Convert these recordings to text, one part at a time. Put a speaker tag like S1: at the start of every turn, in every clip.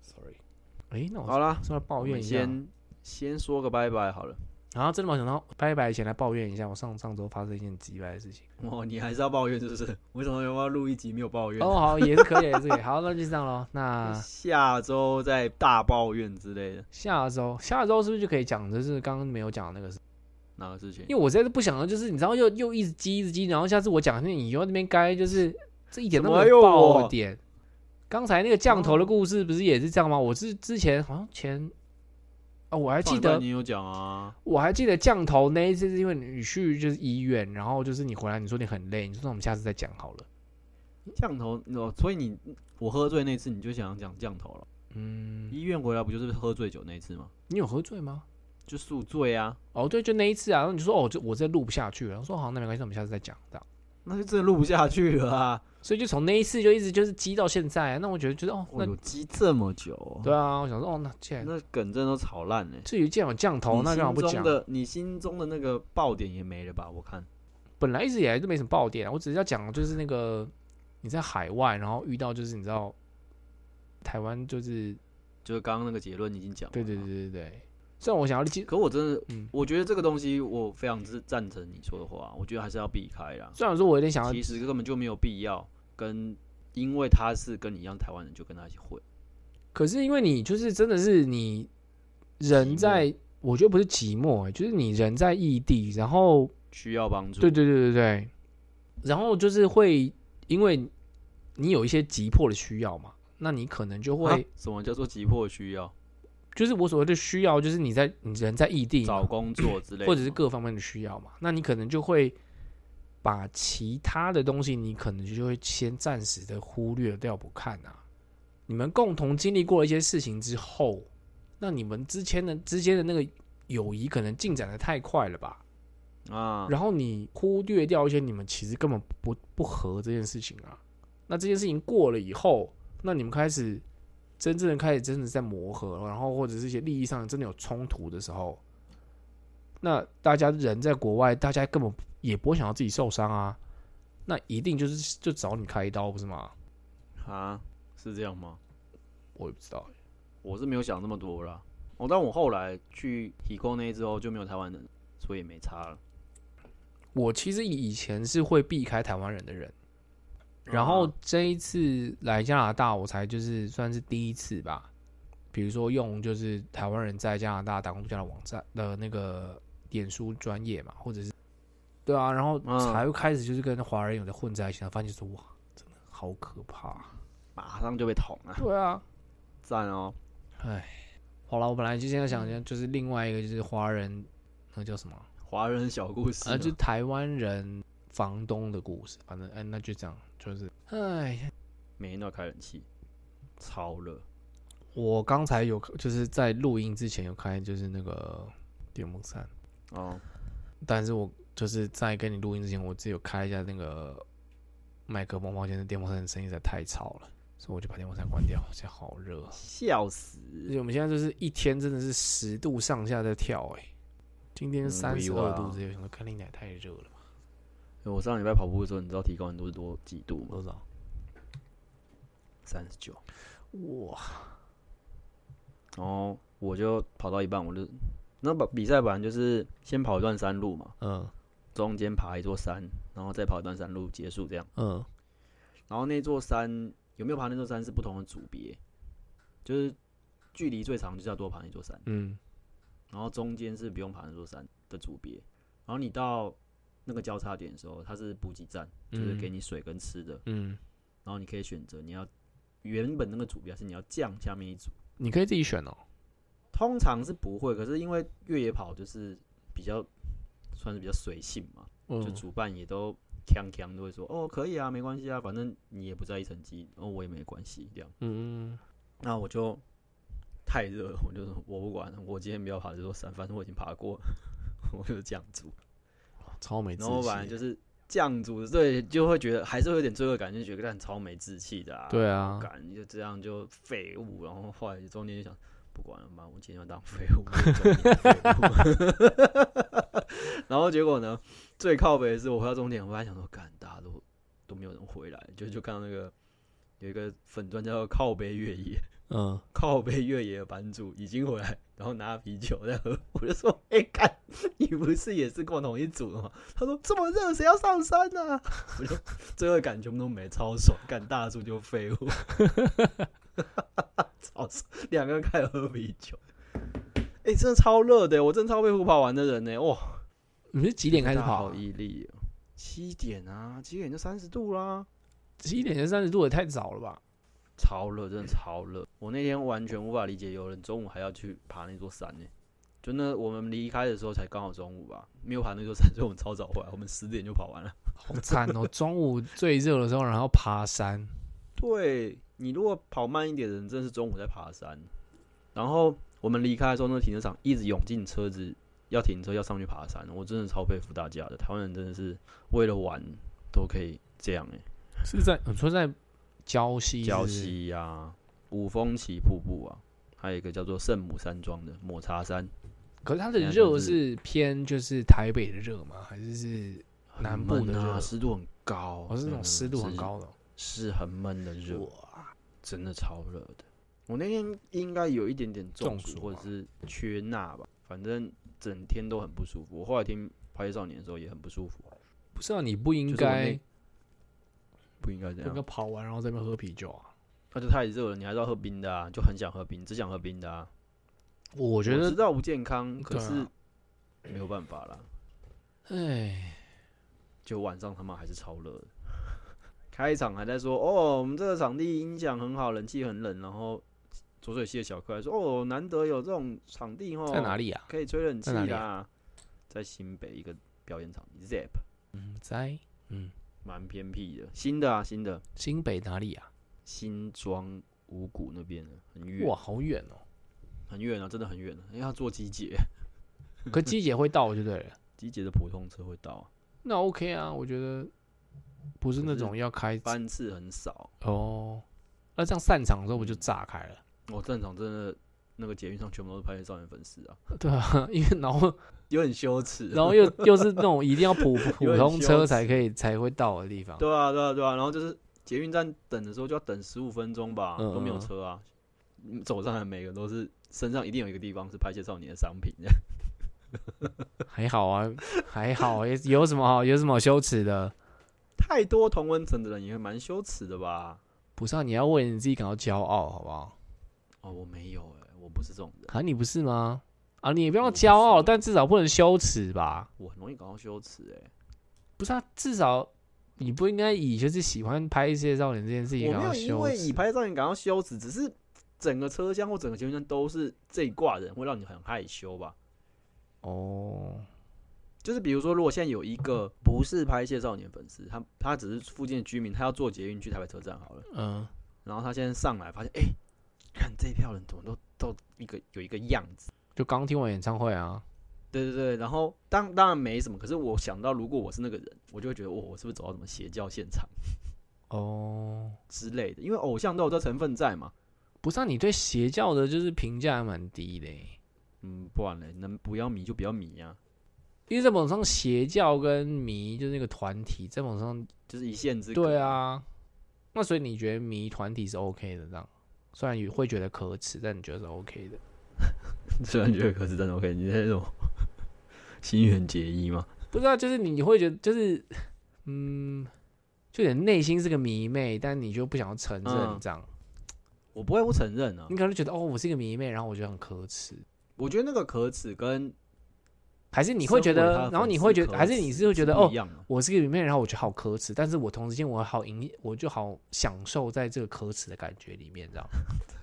S1: ，sorry，
S2: 哎，那我
S1: 好啦，
S2: 是要抱
S1: 我
S2: 怨
S1: 们
S2: 一下，
S1: 先先说个拜拜好了。
S2: 然后真的没有想到拜拜前来抱怨一下，我上上周发生一件鸡掰的事 情。
S1: 哦，你还是要抱怨是不是？ 为什么要录一集没有抱怨？
S2: 哦，啊好，也是可以，也是 可以。好，那就这样咯。那
S1: 下周再大抱怨之类的，
S2: 下周，下周是不是就可以讲，就是刚刚没有讲的那个事？
S1: 哪个事情？
S2: 因为我实在是不想要，就是你知道又又一直积一直积，然后下次我讲，那你又在那边该就是这一点都没
S1: 怎么又
S2: 有
S1: 我
S2: 爆点。刚才那个降头的故事不是也是这样吗？我是之前好像前啊，我还记
S1: 上礼拜
S2: 得
S1: 你有讲啊，
S2: 我还记得降头那一次是因为你去就是医院，然后就是你回来你说你很累，你说那我们下次再讲好了。
S1: 降头哦，所以你我喝醉那次你就想要讲降头了。
S2: 嗯，
S1: 医院回来不就是喝醉酒那一次吗？
S2: 你有喝醉吗？
S1: 就宿醉啊，
S2: 哦，对，就那一次啊，然后你就说哦，这我这录不下去了，然后说好，那没关系，那我们下次再讲这样。
S1: 那就真的录不下去了啊！
S2: 所以就从那一次就一直就是积到现在啊、那我觉得就是哦，
S1: 我
S2: 那
S1: 有积这么久哦，
S2: 对啊，我想说哦，那既然
S1: 那梗真的都吵烂了。
S2: 至于既然有降头，
S1: 你
S2: 哦那干嘛
S1: 心
S2: 不
S1: 中
S2: 讲？
S1: 的你心中的那个爆点也没了吧？我看
S2: 本来一直以来就没什么爆点啊，我只是要讲就是那个你在海外，然后遇到就是你知道台湾就是
S1: 就是刚刚那个结论已经讲完
S2: 对
S1: 了
S2: 对对对对，虽然我想要记，
S1: 可我真的，
S2: 嗯
S1: 我觉得这个东西我非常之赞成你说的话，我觉得还是要避开啦。
S2: 虽然说我有点想要
S1: 其实根本就没有必要跟，因为他是跟你一样台湾人，就跟他一起混。
S2: 可是因为你就是真的是你
S1: 寂
S2: 人
S1: 寞
S2: 在，我觉得不是寂寞、欸，就是你人在异地，然后
S1: 需要帮助。
S2: 对对对对对，然后就是会因为你有一些急迫的需要嘛，那你可能就会、
S1: 啊，什么叫做急迫需要？
S2: 就是我所谓的需要，就是你在你人在异地嘛
S1: 找工作之
S2: 嗯
S1: 类的吗，
S2: 或者是各方面的需要嘛，那你可能就会把其他的东西，你可能就会先暂时的忽略掉不看啊。你们共同经历过一些事情之后，那你们之间的之间的那个友谊可能进展的太快了吧？
S1: 啊，
S2: 然后你忽略掉一些你们其实根本不不合这件事情啊。那这件事情过了以后，那你们开始真正的开始真的在磨合，然后或者是一些利益上真的有冲突的时候，那大家人在国外，大家根本也不会想要自己受伤啊。那一定就是就找你开刀不是吗？
S1: 啊，是这样吗？
S2: 我也不知道欸，
S1: 我是没有想那么多啦。哦，但我后来去提供那之后就没有台湾人，所以也没差了。
S2: 我其实以前是会避开台湾人的人，然后
S1: 啊
S2: 这一次来加拿大，我才就是算是第一次吧。比如说用就是台湾人在加拿大打工度假的网站的那个脸书专业嘛，或者是对啊，然后
S1: 嗯
S2: 才会开始就是跟华人有的混在一起，然后发现说哇，真的好可怕。
S1: 马上就被捅了，
S2: 对啊，
S1: 赞哦！
S2: 好了，我本来就现在想就是另外一个就是华人，那叫什么？
S1: 华人小故事
S2: 啊，
S1: 嘛
S2: 就是台湾人房东的故事。反正哎，那就这样，就是哎，
S1: 每天都要开冷气，超热。
S2: 我刚才有就是在录音之前有开就是那个电风扇，
S1: 哦，
S2: 但是我就是在跟你录音之前，我自己有开一下那个麦克风，发现那电风扇的声音实在太吵了，所以我就把电风扇关掉。现在好热啊，
S1: 笑死！
S2: 而且我们现在就是一天真的是十度上下在跳哎、今天
S1: 嗯
S2: 三
S1: 不意
S2: 十
S1: 外
S2: 二
S1: 啊
S2: 度，直接想说看你奶太热了吧？
S1: 我上礼拜跑步的时候，你知道提高温度是多几度吗？
S2: 多少？
S1: 三十九。
S2: 哇，
S1: 然后我就跑到一半，我就那把比赛本来就是先跑一段山路嘛，
S2: 嗯
S1: 中间爬一座山，然后再跑一段山路结束这样。
S2: 嗯，
S1: 然后那座山有没有爬那座山是不同的组别，就是距离最长就是要多爬那座山，
S2: 嗯，
S1: 然后中间是不用爬那座山的组别。然后你到那个交叉点的时候，它是补给站，就是给
S2: 嗯
S1: 你水跟吃的，
S2: 嗯，
S1: 然后你可以选择你要原本那个组别还是你要降下面一组。
S2: 你可以自己选哦。
S1: 通常是不会，可是因为越野跑就是比较算是比较随性嘛，就
S2: 嗯
S1: 主办也都锵锵都会说哦可以啊，没关系啊，反正你也不在意成绩，哦我也没关系这样。
S2: 嗯，
S1: 那我就太热了，我就说我不管了，我今天不要爬这座山，反正我已经爬过了， 我就降组。
S2: 超没自
S1: 然后我本来
S2: 信啊
S1: 就。是降组，对，就会觉得还是会有点罪恶感，就觉得干超没志气的啊。
S2: 对啊，
S1: 感就这样就废物，然后后来中间就想，不管了妈，我今天要当废物，我中年废物 然后结果呢，最靠北的是我回到终点，我还想说，干大家都都没有人回来，就就看到那个有一个粉钻叫靠背越野，
S2: 嗯，
S1: 靠背越野的版主已经回来，然后拿啤酒在喝，我就说：“哎、干，你不是也是跟我同一组的吗？”他说：“这么热，谁要上山呢、啊？”我就罪恶感全部都没，超爽，干大叔就废物， 超爽，两个人开始喝啤酒，哎、真的超热的，我真的超佩服跑完的人呢，哇，
S2: 你是几点开始
S1: 大家
S2: 跑啊
S1: 好？毅力哦，七点啊，七点就三十度啦。
S2: 七点前三十度也太早了吧？
S1: 超热，真的超热。我那天完全无法理解，有人中午还要去爬那座山呢、就那我们离开的时候才刚好中午吧，没有爬那座山，所以我们超早回来，我们十点就跑完了。
S2: 好惨 哦！中午最热的时候，然后爬山，
S1: 对你如果跑慢一点的人，真的是中午在爬山。然后我们离开的时候，那个停车场一直涌进车子，要停车要上去爬山。我真的超佩服大家的，台湾人真的是为了玩都可以这样哎、
S2: 是在你说在礁溪是
S1: 礁
S2: 不是，
S1: 溪呀、五峰旗瀑布啊，还有一个叫做圣母山庄的抹茶山。
S2: 可是它的
S1: 现在
S2: 热
S1: 都是
S2: 是偏就是台北的热吗？还是是
S1: 很
S2: 南部的
S1: 闷啊
S2: 热
S1: 湿度很高，
S2: 我、哦、是那种
S1: 嗯
S2: 湿度很，高的哦？
S1: 是是很闷的热，
S2: 哇，
S1: 真的超热的。我那天应该有一点点
S2: 中
S1: 中
S2: 暑
S1: 暑
S2: 吗
S1: 或者是缺钠吧，反正整天都很不舒服。我后来听《拍少年》的时候也很不舒服，
S2: 不是啊，啊你不应
S1: 就是我那
S2: 该
S1: 不应该这
S2: 不应该
S1: 样。
S2: 跑完然后在那边喝啤酒啊？
S1: 那就太热了，你还是要喝冰的啊，就很想喝冰，只想喝冰的啊。
S2: 我觉
S1: 我
S2: 得
S1: 知道不健康，可
S2: 对啊
S1: 是没有办法啦。
S2: 哎，
S1: 就晚上他妈还是超热的。 开场还在说哦，我们这个场地音响很好，冷气很冷，然后左水溪的小柯还说哦，难得有这种场地哦，
S2: 在哪里啊？
S1: 可以吹冷气
S2: 在哪里
S1: 啦？
S2: 啊
S1: 在新北一个表演场地，Zap，
S2: 嗯，在嗯
S1: 蛮偏僻的，新的啊，新的
S2: 新北哪里啊？
S1: 新庄五谷那边的，很远，
S2: 哇，好远哦！
S1: 很远啊，真的很远、啊，因为要坐机姐，
S2: 可机姐会到就对了，
S1: 机姐的普通车会到啊，
S2: 那 OK 啊，我觉得不是
S1: 可
S2: 那
S1: 是
S2: 种要开
S1: 班次很少。
S2: 哦。那这样散场之后不就炸开了？
S1: 我、战场哦真的那个捷运上全部都是拍少年粉丝啊，
S2: 对啊， 因为然后
S1: 有点羞耻。啊
S2: 然后 又又是那种一定要普普
S1: 有点
S2: 通
S1: 羞
S2: 车
S1: 耻
S2: 才可以才会到的地方。
S1: 对啊，对啊，对啊。然后就是捷运站等的时候就要等十五分钟吧，
S2: 嗯
S1: 都没有
S2: 嗯
S1: 车啊。嗯走上来每个都是身上一定有一个地方是拍介绍你的商品的，
S2: 还好啊， 还好啊，有什么好有什么好羞耻的？
S1: 太多同温层的人也会蛮羞耻的吧？
S2: 不是、啊，你要为你自己感到骄傲，好不好？
S1: 哦，我没有哎、我不是这种人，
S2: 啊，你不是吗？啊，你也不要
S1: 我不
S2: 骄傲，
S1: 是
S2: 但至少不能羞耻吧？
S1: 我很容易感到羞耻哎、
S2: 不是啊，至少你不应该以就是喜欢拍一些少年这件事情
S1: 我
S2: 感
S1: 没
S2: 到
S1: 有因
S2: 羞
S1: 为以
S2: 耻。
S1: 拍照你感到羞耻，只是整个车厢或整个捷运站都是这一挂人，会让你很害羞吧？
S2: 哦，
S1: 就是比如说，如果现在有一个不是拍谢少年粉丝，他他只是附近的居民，他要坐捷运去台北车站好了，
S2: 嗯，
S1: 然后他现在上来发现，哎、看这一票人怎么都都一个有一个样子，
S2: 就刚听完演唱会啊，
S1: 对对对，然后当当然没什么，可是我想到如果我是那个人，我就会觉得哦我我是不是走到什么邪教现场
S2: 哦，
S1: 之类的，因为偶像都有这成分在嘛，
S2: 不是啊，你对邪教的就是评价还蛮低的欸、
S1: 嗯，不然嘞，能不要迷就不要迷啊，
S2: 因为在网上邪教跟迷就是那个团体，在网上
S1: 就是一线之隔，
S2: 对，啊，那所以你觉得迷团体是 OK 的这样？虽然也会觉得可耻，但你觉得是 OK 的？
S1: 虽然觉得可是真的 OK，你那种 心猿结衣嘛，
S2: 不知道、就是你会觉得就是，嗯，就你的内心是个迷妹，但你就不想要承认
S1: 嗯
S2: 这样。
S1: 我不会不承认啊
S2: 你，可能觉得哦，我是一个迷妹，然后我觉得很可耻，
S1: 我觉得那个可耻跟
S2: 还是你会觉
S1: 身为他
S2: 得，
S1: 的
S2: 然后你
S1: 粉丝
S2: 会觉得，
S1: 可耻
S2: 还是你是会觉得
S1: 不
S2: 哦
S1: 一，样嘛
S2: 我是一个迷妹，然后我觉得好可耻，但是我同时间我好影，我就好享受在这个可耻的感觉里面，这样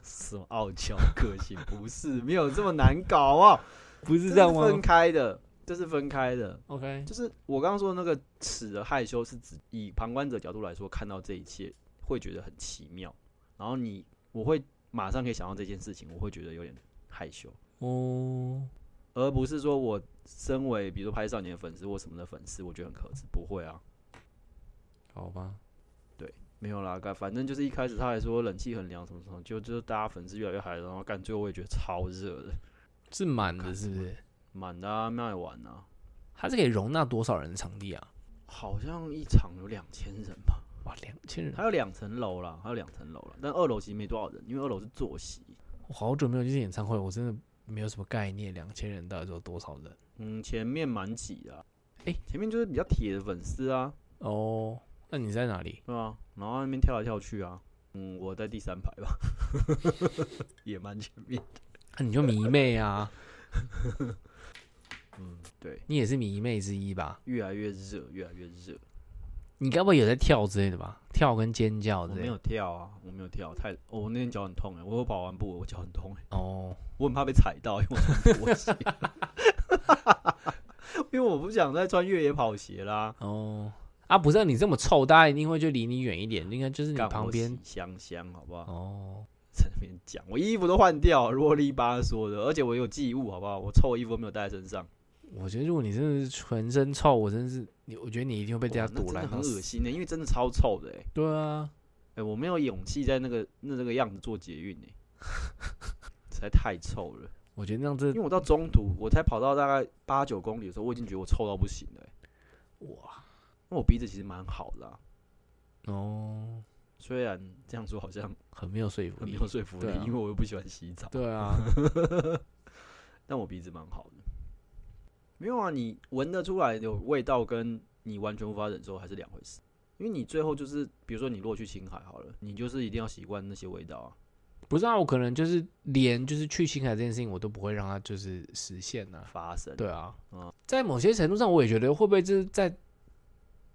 S1: 什么傲娇个性，不是没有这么难搞啊。
S2: 不是
S1: 这
S2: 这样
S1: 分
S2: 吗
S1: 开的，这是分开的。
S2: ？OK，
S1: 就是我刚刚说的那个耻的害羞，是指以旁观者角度来说，看到这一切会觉得很奇妙，然后你我会马上可以想到这件事情，我会觉得有点害羞，
S2: 哦，
S1: 而不是说我身为比如说拍少年的粉丝或什么的粉丝，我觉得很可耻，不会啊，
S2: 好吧，
S1: 没有啦，干反正就是一开始他还说冷气很凉什么什么，就就是大家粉丝越来越嗨，然后干最后我也觉得超热的，
S2: 是满的，
S1: 看
S2: 是不是？
S1: 满的、啊、卖完啊，
S2: 它是可以容纳多少人的场地啊？
S1: 好像一场有两千人吧，
S2: 哇，两千人，
S1: 还有两层楼啦，还有两层楼啦，但二楼其实没多少人，因为二楼是坐席。
S2: 我好久没有去演唱会，我真的没有什么概念，两千人到底是有多少人？
S1: 嗯，前面蛮挤的、啊，
S2: 哎
S1: 前面就是比较铁的粉丝啊，
S2: 哦，那你在哪里？
S1: 对啊，然后那边跳来跳去啊，嗯，我在第三排吧， 也蛮前面，
S2: 那、你就迷妹啊，
S1: 嗯，对，
S2: 你也是迷妹之一吧？
S1: 越来越热，越来越
S2: 哦
S1: 热。
S2: 你该不会有在跳之类的吧？跳跟尖叫
S1: 我
S2: 之
S1: 没
S2: 类的
S1: 有跳啊，我没有跳，太，哦、我那天脚很痛哎、我有跑完步，我脚很痛哎、
S2: 哦，
S1: 我很怕被踩到，因为我穿拖鞋， 因为我不想再穿越野跑鞋啦。
S2: 哦，啊，不是啊、你这么臭，大家一定会就离你远一点，应该就是你
S1: 干
S2: 旁
S1: 我
S2: 边
S1: 洗香香，好不好？
S2: 哦。
S1: 在那边讲，我衣服都换掉了，啰里吧嗦的，而且我有寄物，好不好？我臭衣服都没有带在身上，
S2: 我觉得如果你真的是全身臭，我真是你，我觉得你一定会被大家
S1: 哇哦那真
S2: 堵
S1: 的
S2: 烂
S1: 很
S2: 到
S1: 恶
S2: 死。
S1: 心的、因为真的超臭的、欸，哎、
S2: 对啊，
S1: 我没有勇气在那个那这个样子做捷运呢、实在太臭了。
S2: 我觉得那样真
S1: 因
S2: 的
S1: 为我到中途，我才跑到大概八九公里的时候，我已经觉得我臭到不行了、欸，
S2: 哇
S1: 因为我鼻子其实蛮好的、啊，
S2: 哦，
S1: 虽然这样说好像
S2: 很没有说服
S1: 很没
S2: 力
S1: 有。说服力，
S2: 对啊
S1: 因为我又不喜欢洗澡，
S2: 对啊，
S1: 但我鼻子蛮好的。没有啊，你闻得出来有味道，跟你完全无法忍受还是两回事。因为你最后就是，比如说你如果去青海好了，你就是一定要习惯那些味道啊。
S2: 不是啊，我可能就是连就是去青海这件事情，我都不会让它就是实现呢、
S1: 发生，
S2: 对啊
S1: 嗯，
S2: 在某些程度上，我也觉得会不会就是在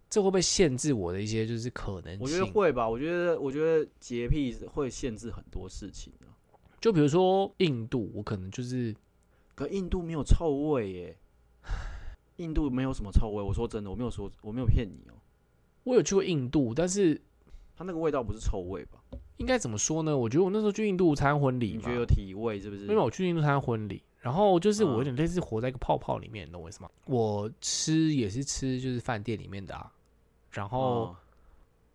S2: 这会不会限制我的一些就是可能性？
S1: 我觉得会吧。我觉得，我觉得洁癖会限制很多事情啊。
S2: 就比如说印度，我可能就是
S1: 可印度没有臭味耶，印度没有什么臭味。我说真的，我没有说，我没有骗你哦、
S2: 我有去过印度，但是
S1: 它那个味道不是臭味吧？
S2: 应该怎么说呢？我觉得我那时候去印度参加婚礼
S1: 你
S2: 嘛
S1: 觉，得有体味是不是？哦
S2: 因为我去印度参加婚礼，然后就是我
S1: 嗯
S2: 有点类似活在一个泡泡里面，你懂我意思吗？我吃也是吃就是饭店里面的啊，然后
S1: 哦，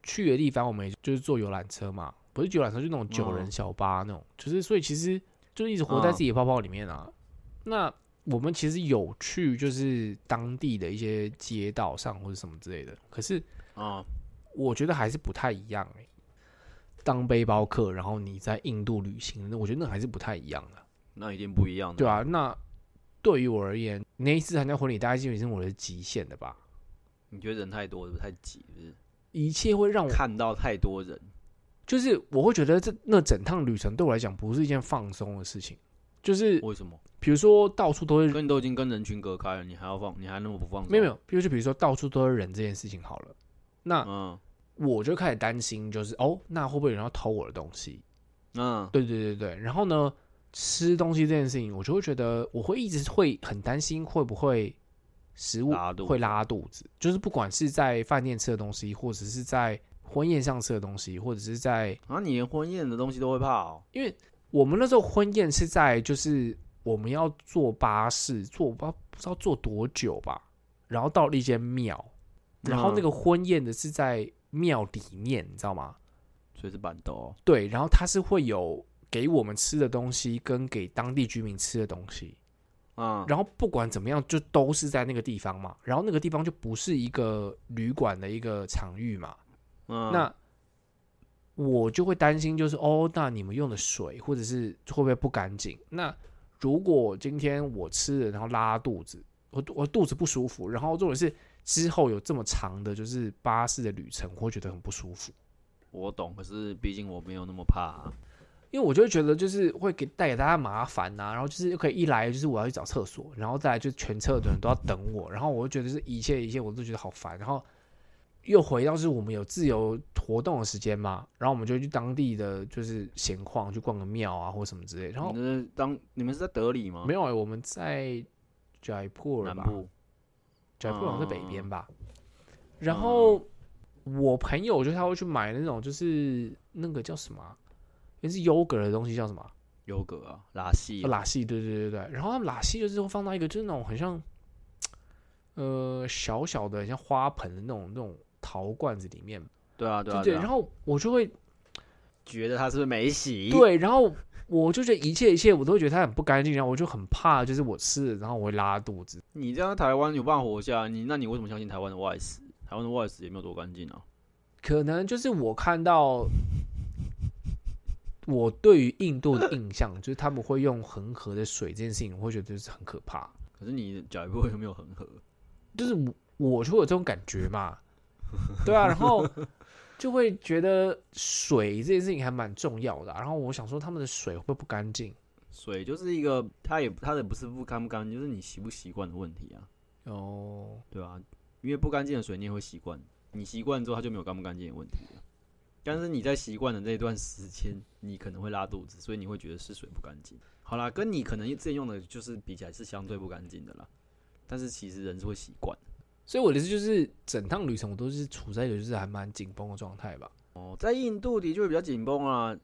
S2: 去的地方我们也就是坐游览车嘛，不是游览车，就那种九人
S1: 嗯
S2: 小巴那种，就是所以其实就一直活在自己的泡泡里面啊。那我们其实有去就是当地的一些街道上或者什么之类的，可是
S1: 啊、
S2: 我觉得还是不太一样哎、当背包客，然后你在印度旅行，那我觉得那还是不太一样的、
S1: 那一定不一样的。
S2: 对啊，那对于我而言，那一次参加婚礼，大概基本上是我的极限的吧。
S1: 你觉得人太多是不是太挤？是不是
S2: 一切会让我
S1: 看到太多人，
S2: 就是我会觉得这那整趟旅程对我来讲不是一件放松的事情，就是
S1: 为什么？
S2: 比如说到处都是
S1: 跟你都已经跟人群隔开了，你还要放，你还那么不放松？
S2: 没有没有，比如就比如说到处都是人这件事情好了，那
S1: 嗯，
S2: 我就开始担心，就是哦，那会不会有人要偷我的东西？
S1: 嗯
S2: 对对对对，然后呢，吃东西这件事情，我就会觉得我会一直会很担心会不会食物
S1: 拉肚子
S2: 会拉肚子，就是不管是在饭店吃的东西，或者是在婚宴上吃的东西，或者是在
S1: 啊，你连婚宴的东西都会怕哦。
S2: 因为我们那时候婚宴是在就是我们要坐巴士，坐不知道不知道坐多久吧，然后到了一间庙，然
S1: 嗯
S2: 后那个婚宴的是在庙里面，你知道吗？
S1: 所以是板豆哦、
S2: 对，然后它是会有给我们吃的东西跟给当地居民吃的东西，
S1: 嗯，
S2: 然后不管怎么样，就都是在那个地方嘛，然后那个地方就不是一个旅馆的一个场域嘛，
S1: 嗯
S2: 那我就会担心，就是哦，那你们用的水或者是会不会不干净？那如果今天我吃了，然后拉肚子，我我肚子不舒服，然后重点是之后有这么长的就是巴士的旅程，我会觉得很不舒服，
S1: 我懂，可是毕竟我没有那么怕啊、
S2: 因为我就会觉得就是会给带给大家麻烦呐、然后就是可以一来就是我要去找厕所，然后再来就是全车的人都要等我，然后我就觉得是一切一切我都觉得好烦，然后又回到是我们有自由活动的时间嘛，然后我们就去当地的就是闲逛，去逛个庙啊或什么之类，然后
S1: 你是当你们是在德里吗？
S2: 没有、欸、我们在 Jaipur
S1: 南
S2: 吧
S1: 部。
S2: ，Jaipur 好像在北
S1: 嗯
S2: 边吧，然后我朋友就他会去买那种就是那个叫什么啊，也是优格的东西叫什么啊？
S1: 优格啊，拉西、
S2: 哦拉戏，对对对对。然后他们拉戏就是会放到一个就是那种很像，呃，小小的很像花盆的那种那种陶罐子里面，
S1: 对啊，对啊，
S2: 对。
S1: 啊
S2: 然后我就会
S1: 觉得他是不是没洗？，
S2: 对，然后我就觉得一切一切我都会觉得它很不干净，然后我就很怕，就是我吃了然后我会拉肚子。
S1: 你这样台湾有办法活下来？你那你为什么相信台湾的外食？台湾的外食也没有多干净啊。
S2: 可能就是我看到我对于印度的印象，就是他们会用恒河的水这件事情，我会觉得就是很可怕。
S1: 可是你脚一步有没有恒河？啊
S2: 就是我我就有这种感觉 嘛，对啊，然后就会觉得水这件事情还蛮重要的啊、然后我想说他们的水会不会不干净？
S1: 水就是一个，它也它的不是不干不干净，就是你习不习惯的问题啊，
S2: 哦，
S1: 对啊，因为不干净的水你也会习惯，你习惯之后它就没有干不干净的问题了。但是你在习惯的那段时间，你可能会拉肚子，所以你会觉得是水不干净。好啦，跟你可能自己用的就是比起来是相对不干净的啦，但是其实人是会习惯。
S2: 所以我的意思就是，整趟旅程我都是处在一个就是还蛮紧绷的状态吧。
S1: 哦，在印度的确比较紧绷啊，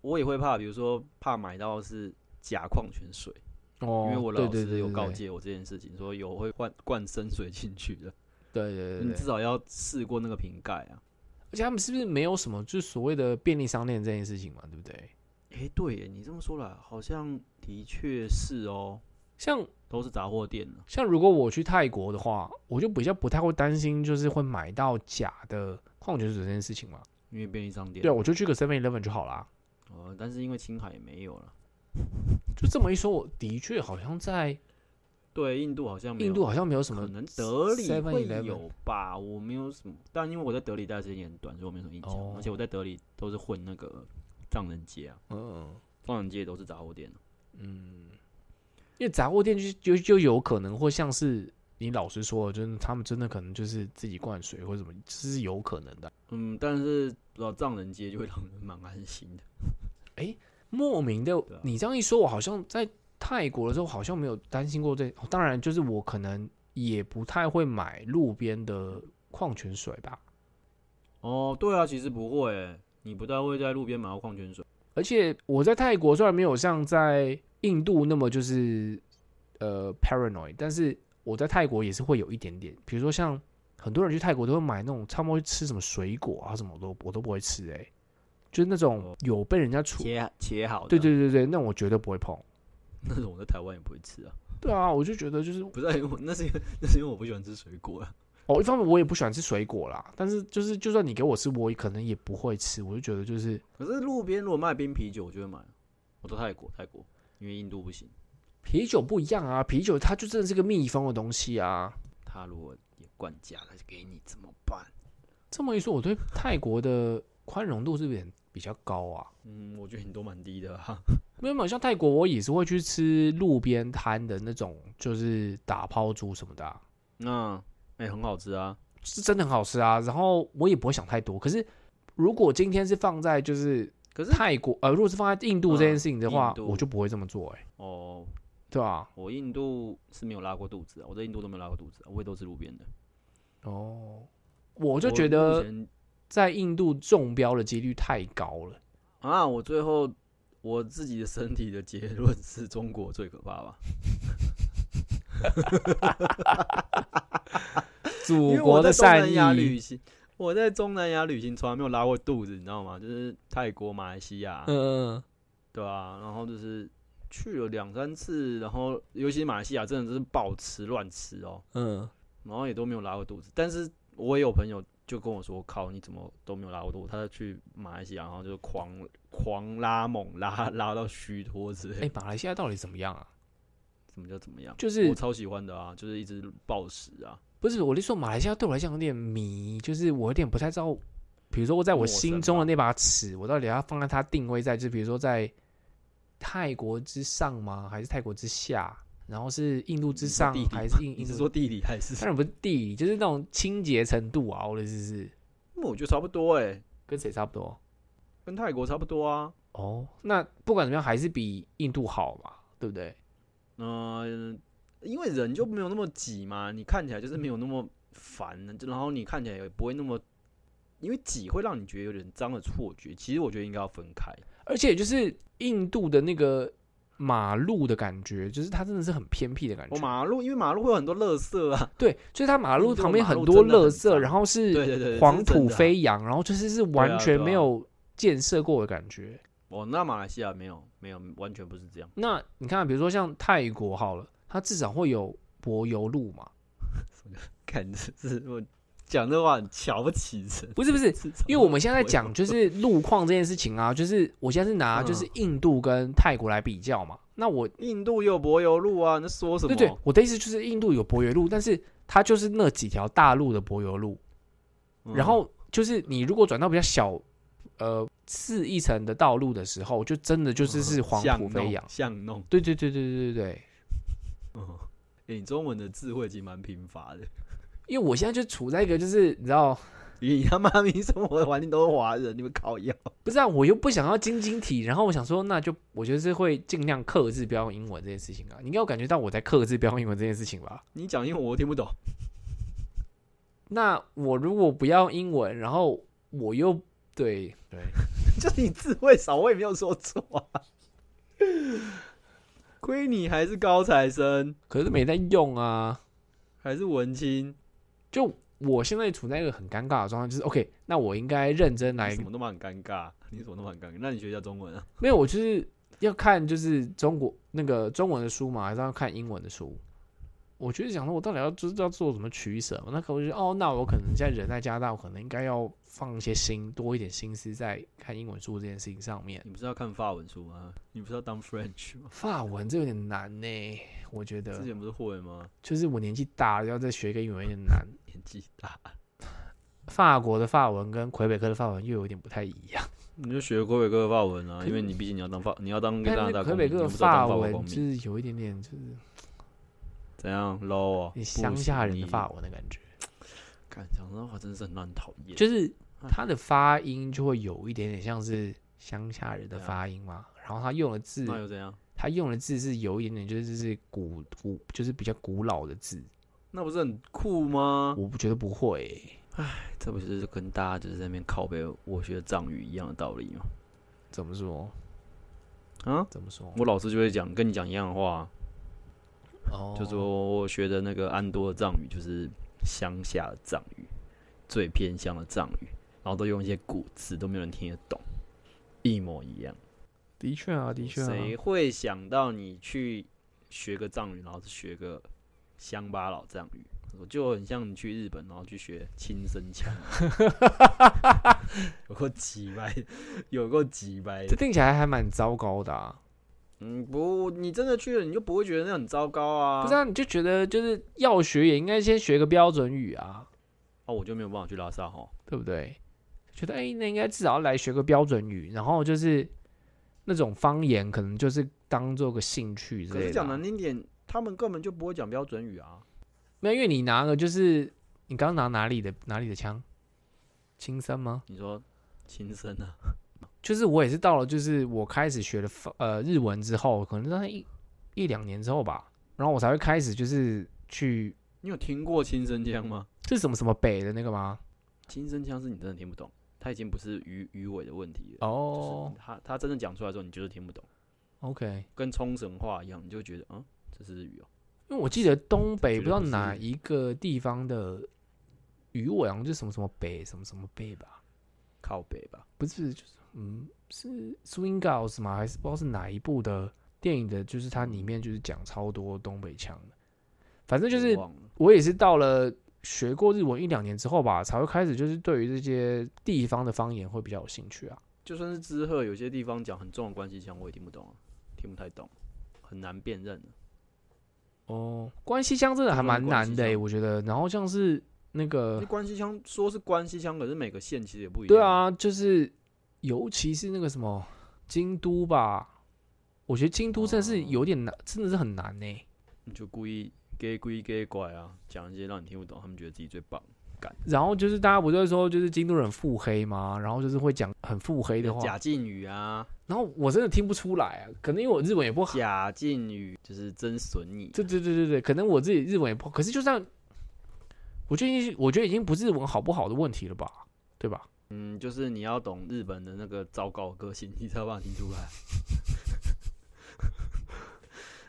S1: 我也会怕，比如说怕买到是假矿泉水，
S2: 哦
S1: 因为我老
S2: 对
S1: 师
S2: 对
S1: 有告，诫我这件事情，说有会灌灌生水进去的，
S2: 对对对对
S1: 你
S2: 对
S1: 至少要试过那个瓶盖啊。
S2: 嗯而且他们是不是没有什么就是所谓的便利商店这件事情嘛，对不对？
S1: 诶，对耶，你这么说来，好像的确是哦，
S2: 像
S1: 都是杂货店呢。
S2: 像如果我去泰国的话，我就比较不太会担心就是会买到假的矿泉水这件事情嘛。
S1: 因为便利商店
S2: 对啊，，我就去个 Seven Eleven 就好啦。
S1: 哦，但是因为青海也没有了。
S2: 就这么一说，我的确好像在
S1: 对，印度好像没有，
S2: 印度好像没有什
S1: 可
S2: 么
S1: 能德里会
S2: 7-Eleven
S1: 有吧，我没有什么，但因为我在德里待的时间也很短，所以我没有什么印象。
S2: 哦
S1: 而且我在德里都是混那个藏人街啊，
S2: 嗯，
S1: 藏人街都是杂货店啊。
S2: 因为杂货店就就就有可能会像是你老实说的，就是他们真的可能就是自己灌水或者什么，这是有可能的。
S1: 嗯，但是不知道藏人街就会让人蛮安心的。
S2: 莫名的
S1: 啊，
S2: 你这样一说，我好像在泰国的时候好像没有担心过这。哦当然，就是我可能也不太会买路边的矿泉水吧。
S1: 哦，对啊，其实不会欸，你不太会在路边买到矿泉水。
S2: 而且我在泰国虽然没有像在印度那么就是呃 paranoid，但是我在泰国也是会有一点点，比如说像很多人去泰国都会买那种他们会吃什么水果啊什么，我都我都不会吃、欸，哎，就是那种
S1: 哦
S2: 有被人家处，
S1: 切切好的，啊
S2: 对，对对对，那我绝对不会碰。
S1: 那种我在台湾也不会吃啊。
S2: 对啊，我就觉得就是
S1: 不是因为我，那是因为那是因为我不喜欢吃水果啊。
S2: 哦，一方面我也不喜欢吃水果啦，但是就是就算你给我吃，我也可能也不会吃，我就觉得就是
S1: 可是路边如果卖冰啤酒，我就会买。啊我都泰国，泰国，因为印度不行。
S2: 啤酒不一样啊，啤酒它就真的是个密封的东西啊。
S1: 他如果也灌假的给你怎么办？
S2: 这么一说，我对泰国的宽容度是不是也比较高啊？
S1: 嗯，我觉得你都蛮低的、啊。
S2: 没有没有，像泰国我也是会去吃路边摊的那种，就是打抛猪什么的啊、
S1: 那哎、很好吃啊。
S2: 是真的很好吃啊。然后我也不会想太多。可是如果今天是放在就是
S1: 可是
S2: 泰国，呃，如果是放在印度这件事情的话
S1: 嗯，印度
S2: 我就不会这么做、欸，哎，
S1: 哦，
S2: 对啊吧、
S1: 我印度是没有拉过肚子啊，我在印度都没有拉过肚子啊、我也都是路边的。
S2: 哦，我
S1: 我
S2: 就觉
S1: 目
S2: 得
S1: 前
S2: 在印度中标的几率太高了。
S1: 啊，我最后我自己的身体的结论是中国最可怕吧？
S2: 祖
S1: 因为
S2: 国
S1: 我在
S2: 的
S1: 东
S2: 善
S1: 南
S2: 意，
S1: 亚旅行，我在东南亚旅行从来没有拉过肚子，你知道吗？就是泰国、马来西亚，
S2: 嗯，
S1: 对啊，然后就是去了两三次，然后尤其是马来西亚，真的就是暴吃乱吃哦，
S2: 嗯，
S1: 然后也都没有拉过肚子。但是我也有朋友就跟我说：“靠，你怎么都没有拉过肚子？”他去马来西亚，然后就狂狂拉猛拉，拉到虚脱之类
S2: 哎、
S1: 的。
S2: 马来西亚到底怎么样啊？
S1: 怎么叫怎么样？
S2: 就是
S1: 我超喜欢的啊，就是一直暴食啊。
S2: 不是，我就说马来西亚对我来讲有点迷，就是我有点不太知道，比如说我在我
S1: 陌生
S2: 心
S1: 吧
S2: 中的那把尺，我到底要放在它定位在，就比如说在泰国之上吗？还是泰国之下？然后是印度之上
S1: 你说地理
S2: 还是印
S1: 你
S2: 印
S1: 是
S2: 度？
S1: 说地理 还是
S2: 当？然不是地理，就是那种清洁程度啊，我的意思是
S1: 嗯我觉得差不多哎、
S2: 跟谁差不多？
S1: 跟泰国差不多啊。
S2: 哦，那不管怎么样，还是比印度好嘛，对不对？
S1: 嗯、因为人就没有那么挤嘛，你看起来就是没有那么烦，就然后你看起来也不会那么，因为挤会让你觉得有点脏的错觉。其实我觉得应该要分开。
S2: 而且就是印度的那个马路的感觉，就是它真的是很偏僻的感觉。
S1: 我、哦马路，因为马路会有很多垃圾 啊。
S2: 对，就是它马路
S1: 印度
S2: 旁边
S1: 马路
S2: 很多
S1: 真的
S2: 垃
S1: 很
S2: 圾，
S1: 脏
S2: 然后
S1: 对
S2: 是
S1: 对对，
S2: 黄
S1: 这是真
S2: 土
S1: 的啊
S2: 飞扬，然后就是是完
S1: 对啊
S2: 全
S1: 对啊
S2: 没有建设过的感觉。
S1: 哦，那马来西亚没有没有，完全不是这样。
S2: 那你看，比如说像泰国好了，它至少会有柏油路嘛，
S1: 看这是我讲这话很瞧不起人，
S2: 不是不 是，
S1: 是怎
S2: 因为
S1: 么
S2: 我们现在
S1: 会
S2: 讲就是路况这件事情啊，就是我现在是拿
S1: 嗯
S2: 就是印度跟泰国来比较嘛。那我
S1: 印度也有柏油路啊，你在说什么？
S2: 对对，我的意思就是印度有柏油路，但是它就是那几条大路的柏油路。
S1: 嗯
S2: 然后就是你如果转到比较小，呃，次一层的道路的时候，就真的
S1: 嗯
S2: 就是是黄
S1: 巷
S2: 土飞
S1: 弄
S2: 扬。
S1: 巷弄。
S2: 对对对对对对对，
S1: 嗯，哎，你中文的智慧已经蛮贫乏的，
S2: 因为我现在就处在一个就是你知道，
S1: 你他妈咪生活的环境都是华人，你们靠药。
S2: 不是啊，我又不想要晶晶体，然后我想说，那就我就是会尽量克制不要用英文这件事情啊。你应该有感觉到我在克制不要用英文这件事情吧？
S1: 你讲英文我听不懂，
S2: 那我如果不要英文，然后我又对对，
S1: 就是你智慧少，我也没有说错啊。 亏你还是高材生，
S2: 可是没在用啊。
S1: 还是文青，
S2: 就我现在处在一个很尴尬的状态，就是 OK，那我应该认真
S1: 你
S2: 来
S1: 什，么都蛮尴尬，你什么都蛮尴尬。那你学一下中文啊？
S2: 没有，我就是要看就是中国那个中文的书嘛，还是要看英文的书？我就是想说，我到底要知道做什么取舍嘛？那可我就觉得哦，那我可能现在人在加拿大，我可能应该要放一些心，多一点心思在看英文书这件事情上面。
S1: 你不是要看法文书吗？你不是要当 French 吗？
S2: 法文这有点难呢、我觉得
S1: 之前不是会吗？
S2: 就是我年纪大了，要再学一个英文有点难。
S1: 年纪大，
S2: 法国的法文跟魁北克的法文又有点不太一样。
S1: 你就学魁北克的法文啊，
S2: 可
S1: 因为你毕竟你要当法，你要当加
S2: 但
S1: 拿大
S2: 是魁北
S1: 公民，
S2: 克
S1: 你
S2: 的
S1: 不是要当国
S2: 文
S1: 公
S2: 就
S1: 民，
S2: 是有一点点，就是
S1: 怎样 low 啊？
S2: 你乡下人的法
S1: 文，
S2: 文的感觉，
S1: 看讲那话真是很让人讨厌。
S2: 就是
S1: 嗯
S2: 他的发音就会有一点点像是乡下人的发音嘛。然后他用的字，
S1: 啊那又怎样？
S2: 他用的字是有一点点，就是就是古古，就是比较古老的字，
S1: 那不是很酷吗？
S2: 我不觉得不会欸、
S1: 这不就是跟大家就是在那边靠背我学藏语一样的道理吗？
S2: 怎么说？
S1: 啊，
S2: 怎么说？
S1: 我老师就会讲跟你讲一样的话
S2: 哦，
S1: 啊，就说我学的那个安多的藏语就是乡下的藏语，最偏乡的藏语，然后都用一些古词，都没有人听得懂，一模一样。
S2: 的确啊，的确啊，
S1: 谁会想到你去学个藏语，然后是学个乡巴佬藏语？我就很像你去日本，然后去学轻声腔， 有够鸡掰，有够鸡掰
S2: 这。听起来还蛮糟糕的啊。
S1: 嗯，不，你真的去了，你就不会觉得那很糟糕啊。
S2: 不是啊，你就觉得就是要学也应该先学个标准语啊，
S1: 哦，我就没有办法去拉萨哈。
S2: 对不对？觉得哎、那应该至少要来学个标准语，然后就是那种方言，可能就是当做个兴趣之
S1: 可
S2: 类
S1: 是
S2: 的
S1: 讲
S2: 啊、
S1: 难听点，他们根本就不会讲标准语啊。
S2: 没有，因为你拿了就是你刚拿哪里的哪里的枪，青森吗？
S1: 你说轻声啊？
S2: 就是我也是到了，就是我开始学了法呃日文之后，可能大概一一两年之后吧，然后我才会开始就是去
S1: 你有听过轻声腔吗？
S2: 这是什么什么北的那个吗？
S1: 轻声腔是你真的听不懂，它已经不是鱼鱼尾的问题了。
S2: 哦、
S1: 就是他他真的讲出来之后，你就是听不懂，
S2: o k
S1: 跟冲绳话一样，你就会觉得啊，这是日语哦、
S2: 因为我记得东北
S1: 绝
S2: 不
S1: 对
S2: 知道
S1: 不是
S2: 哪一个地方的鱼尾好像就是什么什么北什么什么北吧，
S1: 靠北吧。
S2: 不是就是嗯是 Swing Girls 吗？还是不知道是哪一部的电影的，就是它里面就是讲超多东北腔的，反正就
S1: 我
S2: 是
S1: 忘了
S2: 我也是到了学过日文一两年之后吧，才会开始就是对于这些地方的方言会比较有兴趣啊。
S1: 就算是知鹤，有些地方讲很重的关系腔，我也听不懂啊，听不太懂，很难辨认啊、
S2: 哦，关西腔真的还蛮难的、
S1: 关西
S2: 欸，
S1: 腔
S2: 我觉得。然后像是那个
S1: 那关西腔说是关西腔，可是每个县其实也不一样。
S2: 呃对，啊，就是尤其是那个什么京都吧，我觉得京都真的是有点难，真的是很难欸呢、
S1: 你就故意给故意给拐啊，讲一些让你听不懂，他们觉得自己最棒。
S2: 然后就是大家不是会说，就是京都人腹黑嘛，然后就是会讲很腹黑的话，
S1: 假敬语啊，
S2: 然后我真的听不出来啊，可能因为我日文也不好，
S1: 假敬语就是真损你。
S2: 对对对对对，可能我自己日文也不好，可是就算我觉得我觉得已经不是日文好不好的问题了吧，对吧？
S1: 嗯，就是你要懂日本的那个糟糕的个性，你才有办法听出来。啊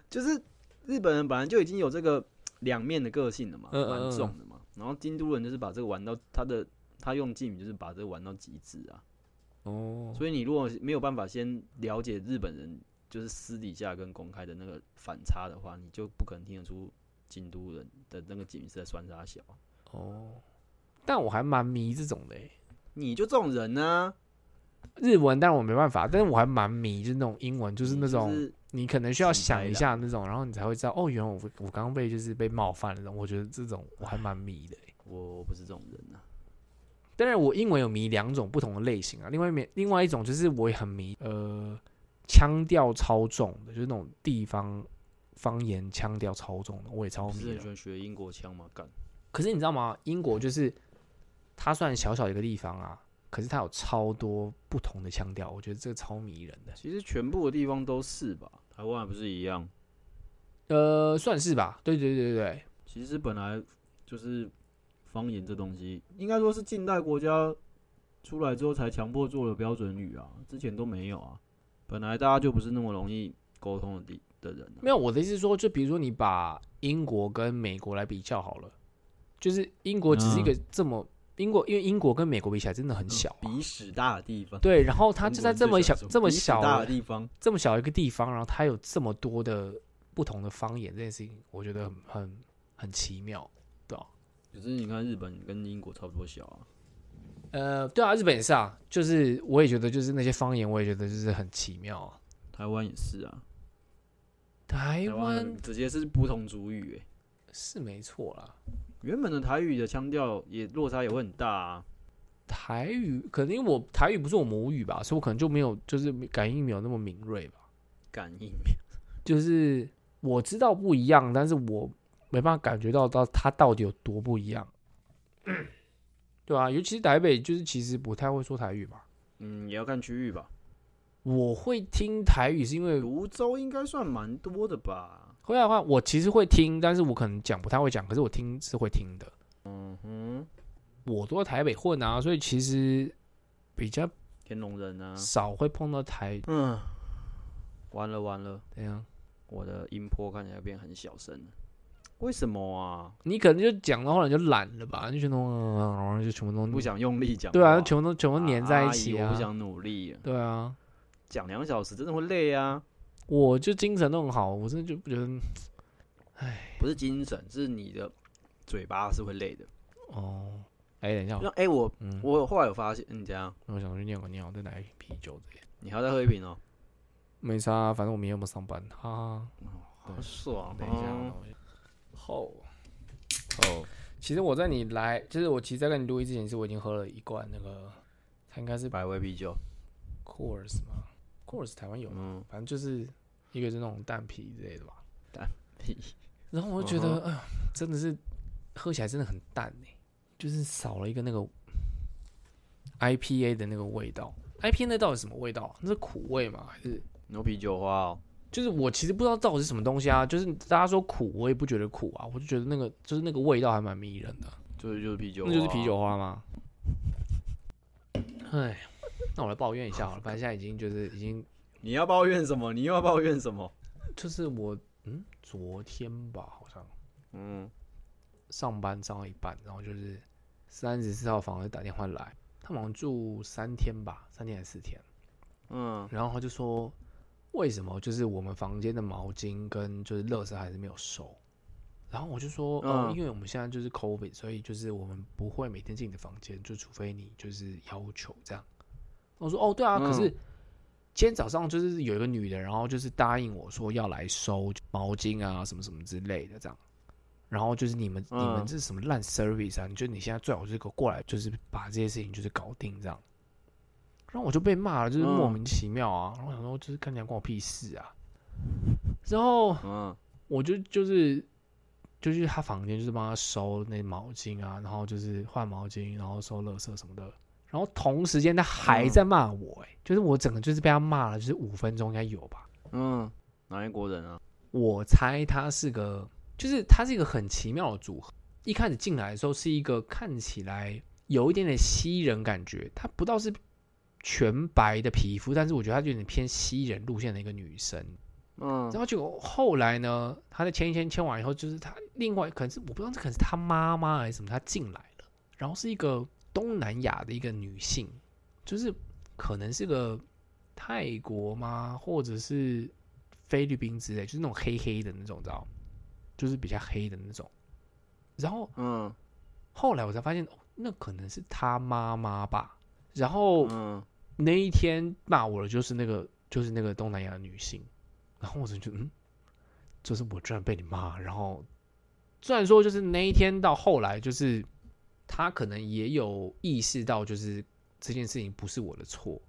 S1: 就是日本人本来就已经有这个两面的个性了嘛，
S2: 嗯嗯
S1: 蛮
S2: 嗯
S1: 重的嘛。然后京都人就是把这个玩到他的，他用敬语就是把这个玩到极致啊。
S2: 哦，
S1: 所以你如果没有办法先了解日本人就是私底下跟公开的那个反差的话，你就不可能听得出京都人的那个敬语是在酸啥小啊。
S2: 哦，但我还蛮迷这种的欸、
S1: 你就这种人啊呢、
S2: 日文当然我没办法，但是我还蛮迷，就是那种英文，就是那种
S1: 你
S2: 你可能需要想一
S1: 很
S2: 下那种，然后你才会知道哦，原来我我刚刚被就是被冒犯了那种。我觉得这种我还蛮迷的欸、
S1: 我我不是这种人啊。
S2: 当然，我英文有迷两种不同的类型啊。另外面另外一种就是我也很迷，呃，腔调超重的，就是那种地方方言腔调超重的，我也超
S1: 不
S2: 迷
S1: 是很
S2: 的
S1: 喜。欢学英国腔嘛？干，
S2: 可是你知道吗？英国就是它虽然小小一个地方啊，可是它有超多不同的腔调，我觉得这个超迷人的。
S1: 其实全部的地方都是吧，台湾还不是一样？
S2: 呃，算是吧。对对对对对，
S1: 其实本来就是方言这东西，应该说是近代国家出来之后才强迫做了标准语啊，之前都没有啊。本来大家就不是那么容易沟通的地的人、啊，
S2: 没有，我的意思是说，就比如说你把英国跟美国来比较好了，就是英国只是一
S1: 嗯
S2: 个这么、英国，因为英国跟美国比起来真的很小啊、
S1: 鼻屎大的地方，
S2: 对，然后它就在这么小、
S1: 中
S2: 这
S1: 国
S2: 么
S1: 人最喜欢
S2: 小
S1: 说鼻屎大的
S2: 的、
S1: 地方，
S2: 这么小一个地方，然后它有这么多的不同的方言，这件事情我觉得很很很奇妙，对啊
S1: 可是你看日本跟英国差不多小啊，
S2: 呃，对啊，日本也是啊，就是我也觉得，就是那些方言，我也觉得就是很奇妙啊。
S1: 台湾也是啊，
S2: 台
S1: 台
S2: 湾
S1: 湾直接是不同族语、欸，
S2: 是没错啦，
S1: 原本的台语的腔调也落差也会很大啊。
S2: 台语可能因为我台语不是我母语吧，所以我可能就没有就是感应没有那么敏锐吧。
S1: 感应
S2: 就是我知道不一样，但是我没办法感觉到到它到底有多不一样。 对啊，尤其是台北，就是其实不太会说台语嘛。
S1: 嗯，也要看区域吧。
S2: 我会听台语是因为
S1: 泸州应该算蛮多的吧？
S2: 会啊会啊，我其实会听，但是我可能讲不太会讲，可是我听是会听的。
S1: 嗯哼，
S2: 我都在台北混啊，所以其实比较
S1: 天龙人啊。
S2: 少会碰到台
S1: 嗯，完了完了，
S2: 怎样。
S1: 我的音波看起来变很小声了，为什么啊？
S2: 你可能就讲到后来就懒了吧，你就全都，然后就全部都
S1: 不想用力讲话。
S2: 对啊，全部都全部都粘在一起
S1: 阿姨
S2: 啊。
S1: 我不想努力啊，
S2: 对啊，
S1: 讲两小时真的会累啊。
S2: 我就精神都很好，我真的就不觉得
S1: 不是精神，是你的嘴巴是会累的。
S2: 哦。哎、等一下
S1: 那，哎、我
S2: 嗯，
S1: 我后来有发现，嗯，怎样？
S2: 我想去尿个尿，再拿一瓶啤酒之类的。
S1: 你还要再喝一瓶哦，
S2: 没差啊，反正我明天不上班，哈、哈。
S1: 好爽、哦。
S2: 等一下，那我就后。
S1: 哦，
S2: 其实我在你来，就是我其实，在跟你录音之前，其实我已经喝了一罐那个，它应该是
S1: 百威啤酒，
S2: Coors 嘛，Coors 台湾有吗？
S1: 嗯，
S2: 反正就是一个是那种蛋皮之类的吧。
S1: 屁
S2: 然后我就觉得，哎、呀，真的是喝起来真的很淡呢、就是少了一个那个 IPA 的那个味道。IPA 那到底什么味道啊？那是苦味吗？还是
S1: 牛啤酒花哦，
S2: 就是我其实不知道到底是什么东西啊。就是大家说苦，我也不觉得苦啊，我就觉得那个就是那个味道还蛮迷人的。
S1: 就是就是啤酒花，哦
S2: 那就是啤酒花吗？哎，那我来抱怨一下好了，反正现在已经就是已经
S1: 你要抱怨什么？你又要抱怨什么？
S2: 就是我嗯昨天吧，好像
S1: 嗯，
S2: 上班上到一半，然后就是三十四号房就打电话来，他们好像住三天吧，三天还是四天，
S1: 嗯，
S2: 然后他就说为什么就是我们房间的毛巾跟就是垃圾还是没有收，然后我就说哦，
S1: 嗯
S2: 因为我们现在就是 COVID，所以就是我们不会每天进你的房间，就除非你就是要求这样。我说哦，对啊，
S1: 嗯
S2: 可是今天早上就是有一个女的，然后就是答应我说要来收毛巾啊什么什么之类的这样。然后就是你们、
S1: 嗯
S2: 你们这是什么烂 service 啊？你觉得你现在最好就是给我过来，就是把这些事情就是搞定这样。然后我就被骂了，就是
S1: 嗯
S2: 莫名其妙啊。然后我想说，就是看起来关我屁事啊。然后
S1: 嗯，
S2: 我就就是就去他房间，就是帮他收那毛巾啊，然后就是换毛巾，然后收垃圾什么的。然后同时间他还在骂我、欸，就是我整个就是被他骂了，就是五分钟应该有吧。
S1: 嗯，哪一国人啊？
S2: 我猜他是个，就是他是一个很奇妙的组合。一开始进来的时候是一个看起来有一点点西人感觉，她不到是全白的皮肤，但是我觉得她有点偏西人路线的一个女生。
S1: 嗯
S2: 然后结果后来呢，他在签一签签完以后，就是他另外可能是我不知道这可能是他妈妈还是什么，他进来了，然后是一个东南亚的一个女性，就是可能是个泰国吗，或者是菲律宾之类，就是那种黑黑的那种，你知道，就是比较黑的那种。然后
S1: 嗯，
S2: 后来我才发现，哦那可能是他妈妈吧。然后
S1: 嗯，
S2: 那一天骂我的就是那个就是那个东南亚的女性，然后我就觉得嗯，就是我居然被你骂。然后虽然说就是那一天到后来，就是他可能也有意识到，就是这件事情不是我的错，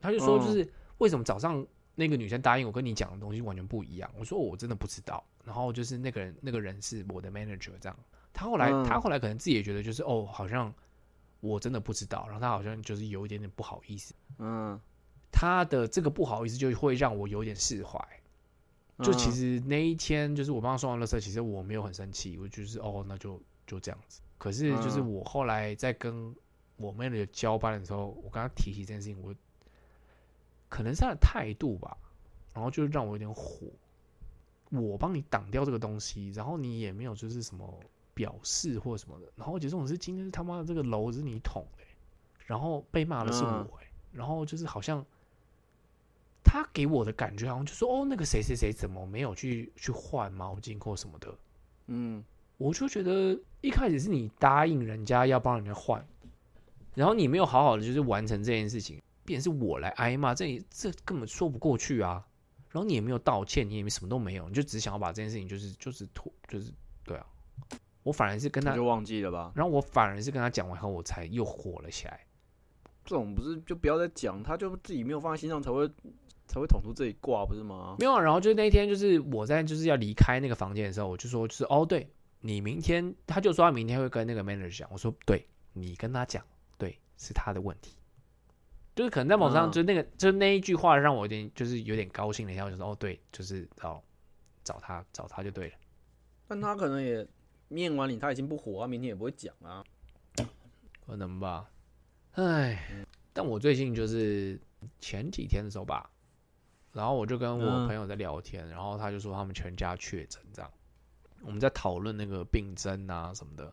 S2: 他就说
S1: 嗯
S2: 就是为什么早上那个女生答应我跟你讲的东西完全不一样？我说我真的不知道。然后就是那个人那个人是我的 manager 这样，他后来、
S1: 嗯
S2: 他后来可能自己也觉得就是哦，好像我真的不知道，然后他好像就是有一点点不好意思。
S1: 嗯，
S2: 他的这个不好意思就会让我有点释怀。就其
S1: 嗯
S2: 实那一天，就是我帮他送完垃圾，其实我没有很生气，我就是哦，那就就这样子。可是就是
S1: 嗯
S2: 我后来在跟我妹的交班的时候，我跟他提起这件事情，我可能是他的态度吧，然后就让我有点火。我帮你挡掉这个东西，然后你也没有就是什么表示或什么的，然后而且这种事今天是他妈的这个楼是你捅的欸、然后被骂的是我、
S1: 嗯
S2: 欸，然后就是好像他给我的感觉好像就说哦，那个谁谁谁怎么没有去去换毛巾或什么的，
S1: 嗯
S2: 我就觉得一开始是你答应人家要帮人家换，然后你没有好好的就是完成这件事情，便是我来挨骂，这也这根本说不过去啊。然后你也没有道歉，你也什么都没有，你就只想要把这件事情就是就是拖就是对啊。我反而是跟他
S1: 你，就忘记了吧？
S2: 然后我反而是跟他讲完后，我才又火了起来。
S1: 这种不是就不要再讲，他就自己没有放在心上，才会才会捅出这一卦，不是吗？
S2: 没有啊，然后就是那一天，就是我在就是要离开那个房间的时候，我就说就是哦，对你明天，他就说他明天会跟那个 manager 讲，我说对你跟他讲，对是他的问题，就是可能在某种上，
S1: 嗯
S2: 就那个、就那一句话让我有点就是有点高兴了一下，我就说哦对，就是找找他找他就对了，
S1: 但他可能也念完你，他已经不火啊，明天也不会讲啊。
S2: 可能吧，唉，但我最近就是前几天的时候吧，然后我就跟我
S1: 嗯
S2: 朋友在聊天，然后他就说他们全家确诊这样，我们在讨论那个病症啊什么的，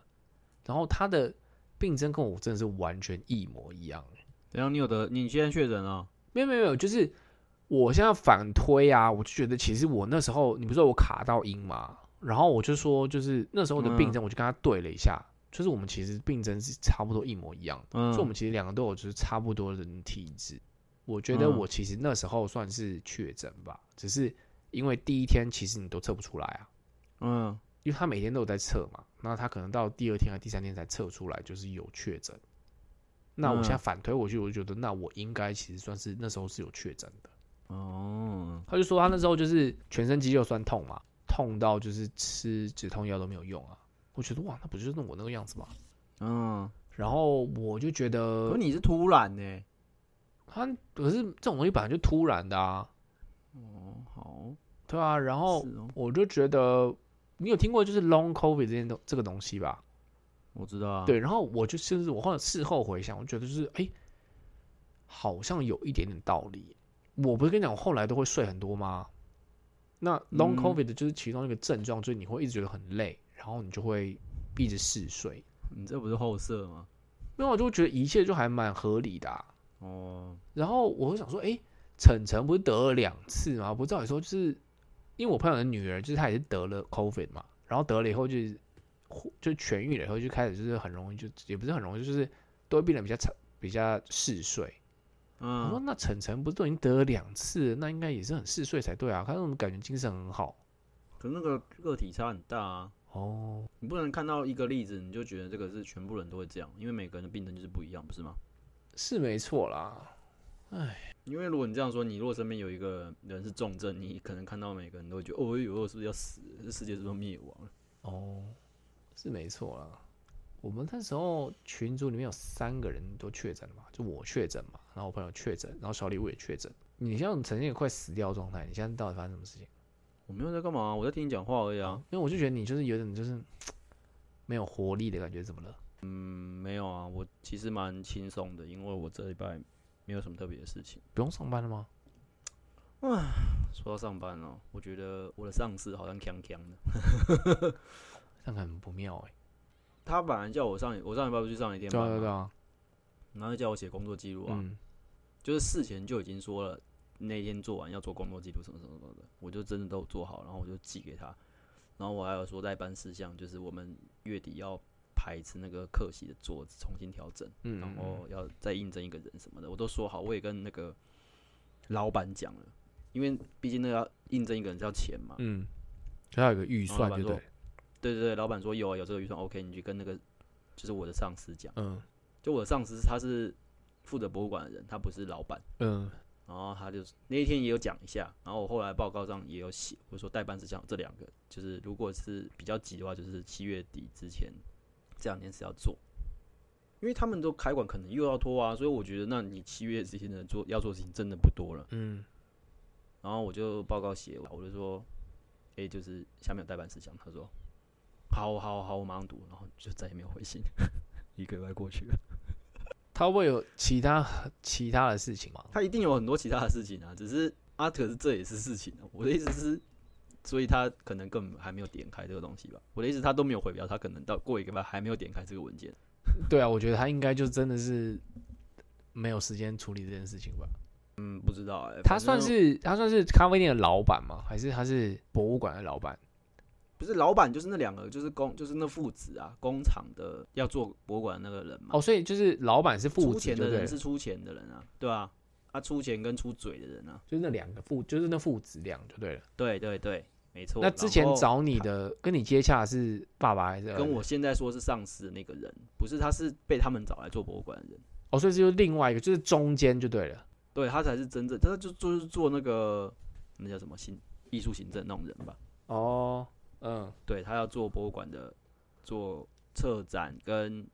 S2: 然后他的病症跟我真的是完全一模一样，
S1: 怎样？你有得？你现在确诊了？
S2: 没有没有没有，就是我现在反推啊，我就觉得其实我那时候，你不是说我卡到音嘛，然后我就说就是那时候的病症，我就跟他对了一下，就是我们其实病症是差不多一模一样的。
S1: 嗯，
S2: 所以我们其实两个都有就是差不多的体质。我觉得
S1: 嗯
S2: 我其实那时候算是确诊吧，只是因为第一天其实你都测不出来啊，
S1: 嗯
S2: 因为他每天都有在测嘛，那他可能到第二天和第三天才测出来就是有确诊。那我现在
S1: 嗯
S2: 反推回去，我就觉得那我应该其实算是那时候是有确诊的。
S1: 哦，
S2: 他就说他那时候就是全身肌肉酸痛嘛，痛到就是吃止痛药都没有用啊。我觉得哇，那不就是我那个样子吗？
S1: 嗯，
S2: 然后我就觉得
S1: 可你是突然呢、
S2: 他可是这种东西本来就突然的啊，
S1: 哦，好，
S2: 对啊。然后
S1: 是哦，
S2: 我就觉得你有听过就是 long covid 这件东这个东西吧？
S1: 我知道啊。，
S2: 对。然后我就甚至我后来事后回想，我觉得就是哎、好像有一点点道理。我不是跟你讲，我后来都会睡很多吗？那 long
S1: 嗯
S2: covid 的就是其中一个症状，就是你会一直觉得很累，然后你就会一直嗜睡。
S1: 你这不是后设吗？
S2: 那我就觉得一切就还蛮合理的、啊。
S1: 哦，
S2: 然后我就想说，哎，晨晨不是得了两次吗？不照理说就是，因为我朋友的女儿就是她也是得了 COVID 嘛，然后得了以后就是就痊愈了以后就开始就是很容易就也不是很容易，就是都会变得比较惨，比较嗜睡。我说
S1: 嗯，
S2: 那晨晨不是都已经得了两次了，那应该也是很嗜睡才对啊，他那种感觉精神很好
S1: 可是那个个体差很大啊。
S2: 哦。
S1: 你不能看到一个例子，你就觉得这个是全部人都会这样，因为每个人的病症就是不一样，不是吗？
S2: 是没错啦，
S1: 因为如果你这样说，你如果身边有一个人是重症，你可能看到每个人都会觉得，哦，哎呦，我是不是要死了？这世界是不是灭亡了？
S2: 哦，是没错啦。我们那时候群组里面有三个人都确诊了嘛，就我确诊嘛，然后我朋友确诊，然后小李我也确诊。你像曾经也快死掉的状态，你现在到底发生什么事情？
S1: 我没有在干嘛，我在听你讲话而已啊。
S2: 因为我就觉得你就是有点就是没有活力的感觉，怎么了？
S1: 嗯，没有啊，我其实蛮轻松的，因为我这礼拜没有什么特别的事情。
S2: 不用上班了吗？
S1: 说到上班哦，我觉得我的上司好像强强的。
S2: 这样很不妙哎、
S1: 他本来叫我上，我上礼拜不是去上一天
S2: 对
S1: 班
S2: 啊对
S1: 嘛，
S2: 啊对啊，
S1: 然后就叫我写工作记录啊，
S2: 嗯，
S1: 就是事前就已经说了，那天做完要做工作记录什么什么什么的，我就真的都做好，然后我就寄给他，然后我还有说代办事项，就是我们月底要排排一次那个客席的桌子，重新调整，
S2: 嗯，
S1: 然后要再应征一个人什么的，我都说好，我也跟那个老板讲了，因为毕竟那个要应征一个人是要钱嘛。
S2: 嗯，就要有个预算，对不对？
S1: 对对对，老板说有啊，有这个预算，OK，你去跟那个就是我的上司讲。
S2: 嗯
S1: 就我的上司他是负责博物馆的人，他不是老板，
S2: 嗯
S1: 然后他就那一天也有讲一下，然后我后来报告上也有写，我说代办事项有这两个，就是如果是比较急的话，就是七月底之前这两件事要做，因为他们都开馆可能又要拖啊，所以我觉得那你七月之前能做要做的事情真的不多了。
S2: 嗯
S1: 然后我就报告写完，我就说，哎、就是下面有代办事项，他说，好好好，我马上读，然后就再也没有回信， 一个礼拜过去了。
S2: 他会不会有其他其他的事情吗？
S1: 他一定有很多其他的事情啊，只是阿可是这也是事情啊。我的意思是，所以他可能根本还没有点开这个东西吧。我的意思，他都没有回表，他可能到过一个礼拜还没有点开这个文件。
S2: 对啊，我觉得他应该就真的是没有时间处理这件事情吧。
S1: 嗯，不知道哎、
S2: 他
S1: 反正
S2: 算是他算是咖啡店的老板吗？还是他是博物馆的老板？
S1: 嗯不是老板，就是那两个，就是工，就是那父子啊，工厂的要做博物馆的那个人嘛。
S2: 哦，所以就是老板是父
S1: 出
S2: 子，
S1: 钱
S2: 对
S1: 的
S2: 不对
S1: 人？是出钱的人啊，对啊，他、出钱跟出嘴的人啊，
S2: 就是那两个父，就是那父子俩就对了。
S1: 对对对，没错。
S2: 那之前
S1: 然后
S2: 找你的跟你接洽的是爸爸还是儿子
S1: 跟我现在说是上司的那个人，不是，他是被他们找来做博物馆的人。
S2: 哦，所以这就是另外一个，就是中间就对了。
S1: 对他才是真正，他就就是做那个那叫什么行艺术行政那种人吧。
S2: 哦，嗯，
S1: 对他要做博物馆的，做策展跟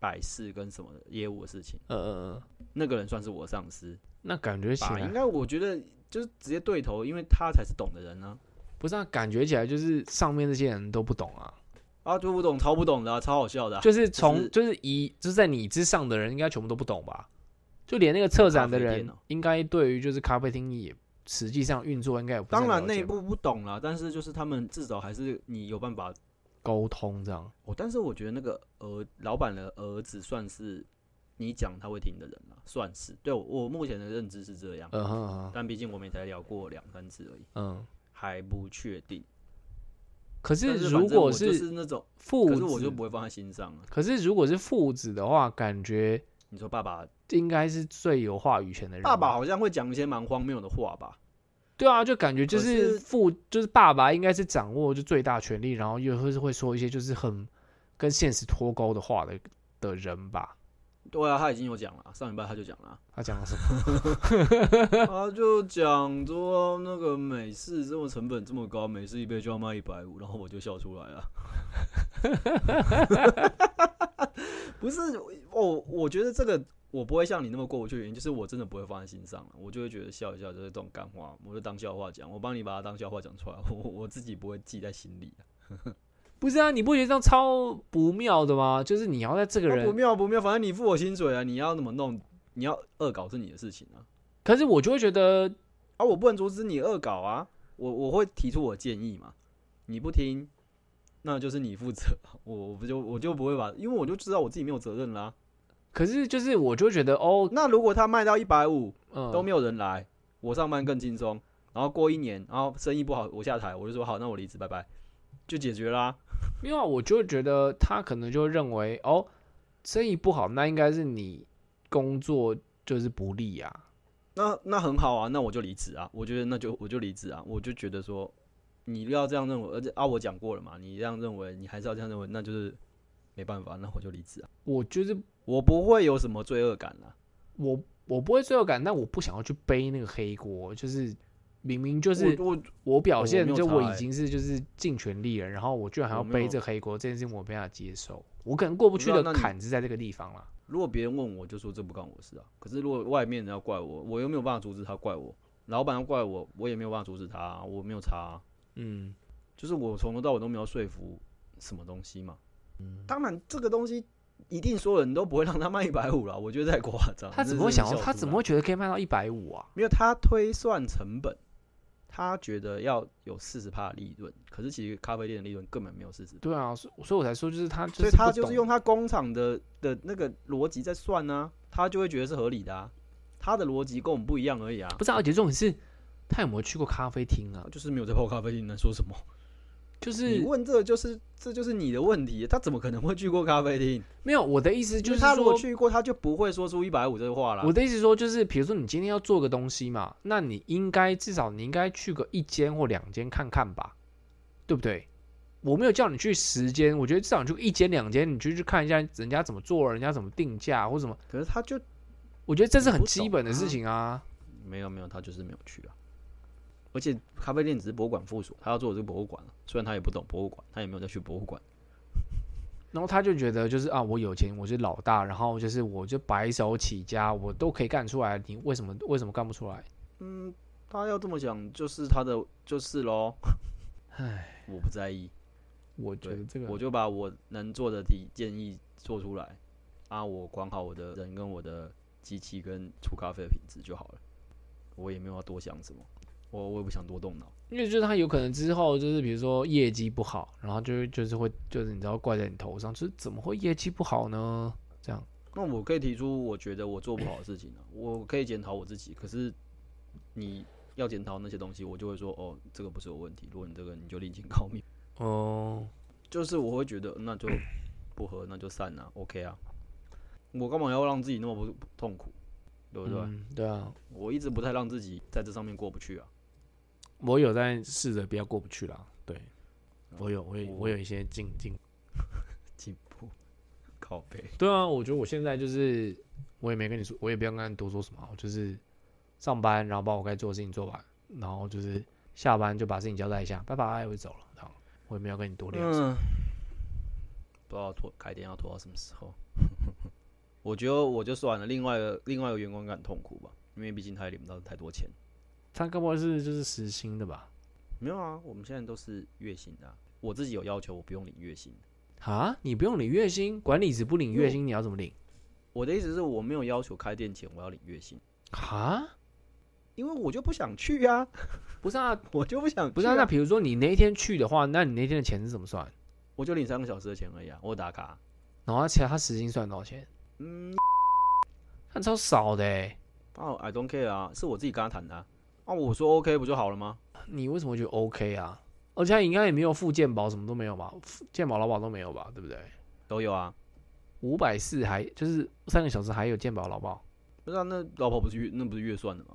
S1: 摆饰跟什么的业务的事情。
S2: 呃呃，
S1: 那个人算是我上司
S2: 那感觉起
S1: 嗯吧，应
S2: 来
S1: 该我觉得就是直接对头，因为他才是懂的人呢、
S2: 不是啊，感觉起来就是上面这些人都不懂啊，
S1: 啊。啊，就不懂，超不懂的、啊，超好笑的啊、
S2: 就是从
S1: 是
S2: 就是以就是在你之上的人应该全部都不懂吧？就连那个策展的
S1: 咖啡
S2: 人
S1: 店哦，
S2: 应该对于就是咖啡厅也实际上运作应该也不是
S1: 当
S2: 很
S1: 然
S2: 了解
S1: 内
S2: 吧
S1: 部不懂啦，但是就是他们至少还是你有办法。
S2: 沟通这样，
S1: 哦，但是我觉得那个儿老板的儿子算是你讲他会听的人了，算是对我我目前的认知是这样。
S2: 嗯哼嗯哼
S1: 但毕竟我们也才聊过两三次而已，
S2: 嗯。
S1: 还不确定。
S2: 可
S1: 但是反
S2: 如
S1: 正
S2: 果
S1: 我就是那种，
S2: 父
S1: 可
S2: 子，
S1: 是我就不会放在心上啊。
S2: 可是如果是父子的话，感觉
S1: 你说爸爸，
S2: 应该是最有话语权的人吧。
S1: 爸爸好像会讲一些蛮荒谬的话吧？
S2: 对啊，就感觉就
S1: 可
S2: 是
S1: 是
S2: 父就是爸爸应该是掌握就最大权力，然后又会会说一些就是很跟现实脱钩的话的的人吧。
S1: 对啊，他已经有讲了，上礼拜他就讲了，啊
S2: 他讲了什么？
S1: 他就讲说那个美式这么成本这么高，美式一杯就要卖一百五，然后我就笑出来啊了。 不是哦，我觉得这个我不会像你那么过不去的原因，就是我真的不会放在心上了，我就会觉得笑一笑就是这种干话，我就当笑话讲，我帮你把它当笑话讲出来，我 我我自己不会记在心里、啊。
S2: 不是啊，你不觉得这样超不妙的吗？就是你要在这个
S1: 啊不
S2: 人，
S1: 妙不妙，反正你付我薪水啊，你要怎么弄，你要恶搞是你的事情啊，
S2: 可是我就会觉得，
S1: 啊，我不能阻止你恶搞啊，我我会提出我建议嘛，你不听，那就是你负责， 我我不就我就不会把，因为我就知道我自己没有责任啦。
S2: 可是就是我就会觉得哦，
S1: 那如果他卖到一百五，
S2: 嗯，
S1: 都没有人来，我上班更轻松。然后过一年，然后生意不好，我下台，我就说好，那我离职，拜拜，就解决啦、
S2: 没有啊，我就会觉得他可能就会认为哦，生意不好，那应该是你工作就是不利啊。
S1: 那那很好啊，那我就离职啊。我觉得那就我就离职啊，我就觉得说你要这样认为，而且啊我讲过了嘛，你这样认为，你还是要这样认为，那就是没办法，那我就离职啊。
S2: 我就是
S1: 我不会有什么罪恶感啦、
S2: 我我不会罪恶感，但我不想要去背那个黑锅，就是明明就是
S1: 我我
S2: 我表
S1: 我
S2: 现
S1: 没有
S2: 就
S1: 差
S2: 我
S1: 欸
S2: 已经是就是尽全力了，然后我居然还要
S1: 我没
S2: 背
S1: 有
S2: 这黑锅，这件事情我没办法接受，我可能过不
S1: 我
S2: 去
S1: 知道
S2: 的
S1: 那你
S2: 坎是在这个地方啦。
S1: 如果别人问我，就说这不干我事啊。可是如果外面人要怪我，我又没有办法阻止他怪我，老板要怪我，我也没有办法阻止他啊、我没有差啊、
S2: 嗯，
S1: 就是我从头到尾都没有说服什么东西嘛。
S2: 嗯
S1: 当然这个东西一定所有人都不会让他卖一百五了，我觉得太夸张。
S2: 他怎
S1: 这
S2: 么会
S1: 真是
S2: 想到
S1: 笑
S2: 他
S1: 出
S2: 怎
S1: 来
S2: 么会觉得可以卖到一百五啊？
S1: 没有，他推算成本，他觉得要有四十帕利润，可是其实咖啡店的利润根本没有四十，
S2: 对啊，所以所以我才说就是他就
S1: 所以
S2: 不
S1: 他就是
S2: 懂
S1: 用他工厂的的那个逻辑在算呢、他就会觉得是合理的啊，他的逻辑跟我们不一样而已啊，
S2: 不是、啊，而且重点是他有没有去过咖啡厅啊？
S1: 就是没有在泡咖啡厅能说什么？
S2: 就
S1: 你
S2: 是
S1: 问这个就是这就是你的问题，他怎么可能会去过咖啡厅？
S2: 没有我的意思，就是
S1: 他如果
S2: 说，
S1: 去过，他就不会说出一百五这个话啦。
S2: 我的意思说就是，比如说你今天要做个东西嘛，那你应该至少你应该去个一间或两间看看吧，对不对？我没有叫你去十间，我觉得至少你去一间两间，你去去看一下人家怎么做，人家怎么定价或什么，
S1: 可是他就
S2: 我觉得这是很
S1: 你不懂
S2: 基本的事
S1: 啊
S2: 情啊。
S1: 没有没有，他就是没有去啊。而且咖啡店只是博物馆附属，他要做的是博物馆啊虽然他也不懂博物馆，他也没有再去博物馆。
S2: 然后他就觉得就是啊，我有钱，我是老大，然后就是我就白手起家，我都可以干出来，你为什么为什么干不出来？
S1: 嗯，他要这么讲，就是他的就是喽。唉，我不在意，
S2: 我觉
S1: 对
S2: 得这个，
S1: 我就把我能做的提建议做出来啊，我管好我的人跟我的机器跟出咖啡的品质就好了，我也没有要多想什么，我我也不想多动脑。
S2: 因为就是他有可能之后就是比如说业绩不好，然后就会就是会就是你知道怪在你头上，就是怎么会业绩不好呢？这样
S1: 那我可以提出我觉得我做不好的事情啊，我可以检讨我自己。可是你要检讨那些东西，我就会说哦，这个不是我问题。如果你这个你就另请高明，
S2: 哦、
S1: 就是我会觉得那就不合，那就散了、OK 啊。我干嘛要让自己那么不不痛苦，对不对？
S2: 嗯对啊，
S1: 我一直不太让自己在这上面过不去啊。
S2: 我有在试着不要过不去啦，对
S1: 哦
S2: 我有我有我有一些进进
S1: 进步，靠背。
S2: 对啊，我觉得我现在就是，我也没跟你说，我也不要跟你多说什么啊，我就是上班，然后把我该做的事情做完，然后就是下班就把事情交代一下，拜拜，我就走了。这样，我也没有跟你多聊。
S1: 嗯，不知道拖开店要拖到什么时 候。我觉得我就算了，另外一个另外一个员工应该很痛苦吧，因为毕竟他也领不到太多钱。
S2: 他该不会是就是实薪的吧？
S1: 没有啊，我们现在都是月薪的啊、我自己有要求，我不用领月薪。
S2: 啊，你不用领月薪，管理只不领月薪，你要怎么领？
S1: 我的意思是我没有要求开店前我要领月薪，
S2: 啊，
S1: 因为我就不想去啊，
S2: 不是啊，
S1: 我就不想去、啊。
S2: 不是啊。那比如说你那一天去的话，那你那天的钱是怎么算？
S1: 我就领三个小时的钱而已啊，我有打卡啊、
S2: 然后他其他他实薪算多少钱？
S1: 嗯，
S2: 那超少的欸
S1: 哦，I don't care 啊，是我自己跟他谈的啊。啊，我说 OK 不就好了吗？
S2: 你为什么会觉得 OK 啊？而且他应该也没有付健保，什么都没有吧？付健保、劳保都没有吧？对不对？
S1: 都有啊，
S2: 五百四还就是三个小时还有健保劳保。
S1: 不是啊，那老婆不是月那不是月算的吗？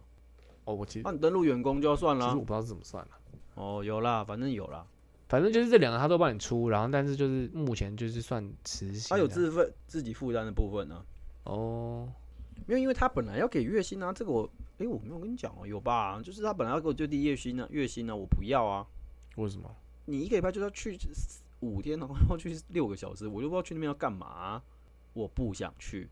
S2: 哦，我其实、
S1: 那、你登录员工就要算
S2: 其实
S1: 啦
S2: 我。不知道是怎么算的、啊
S1: 哦，有啦，反正有啦。
S2: 反正就是这两个他都帮你出，然后但是就是目前就是算实啊薪的。
S1: 他有自费自己负担的部分呢、啊，
S2: 哦，
S1: 没有，因为他本来要给月薪啊，这个我，诶，我没有跟你讲哦、有吧？就是他本来要给我最低月薪呢、啊，月薪呢、我不要啊。
S2: 为什么？
S1: 你一个礼拜就要去五天，然后 要去六个小时，我就不知道去那边要干嘛啊、我不想去，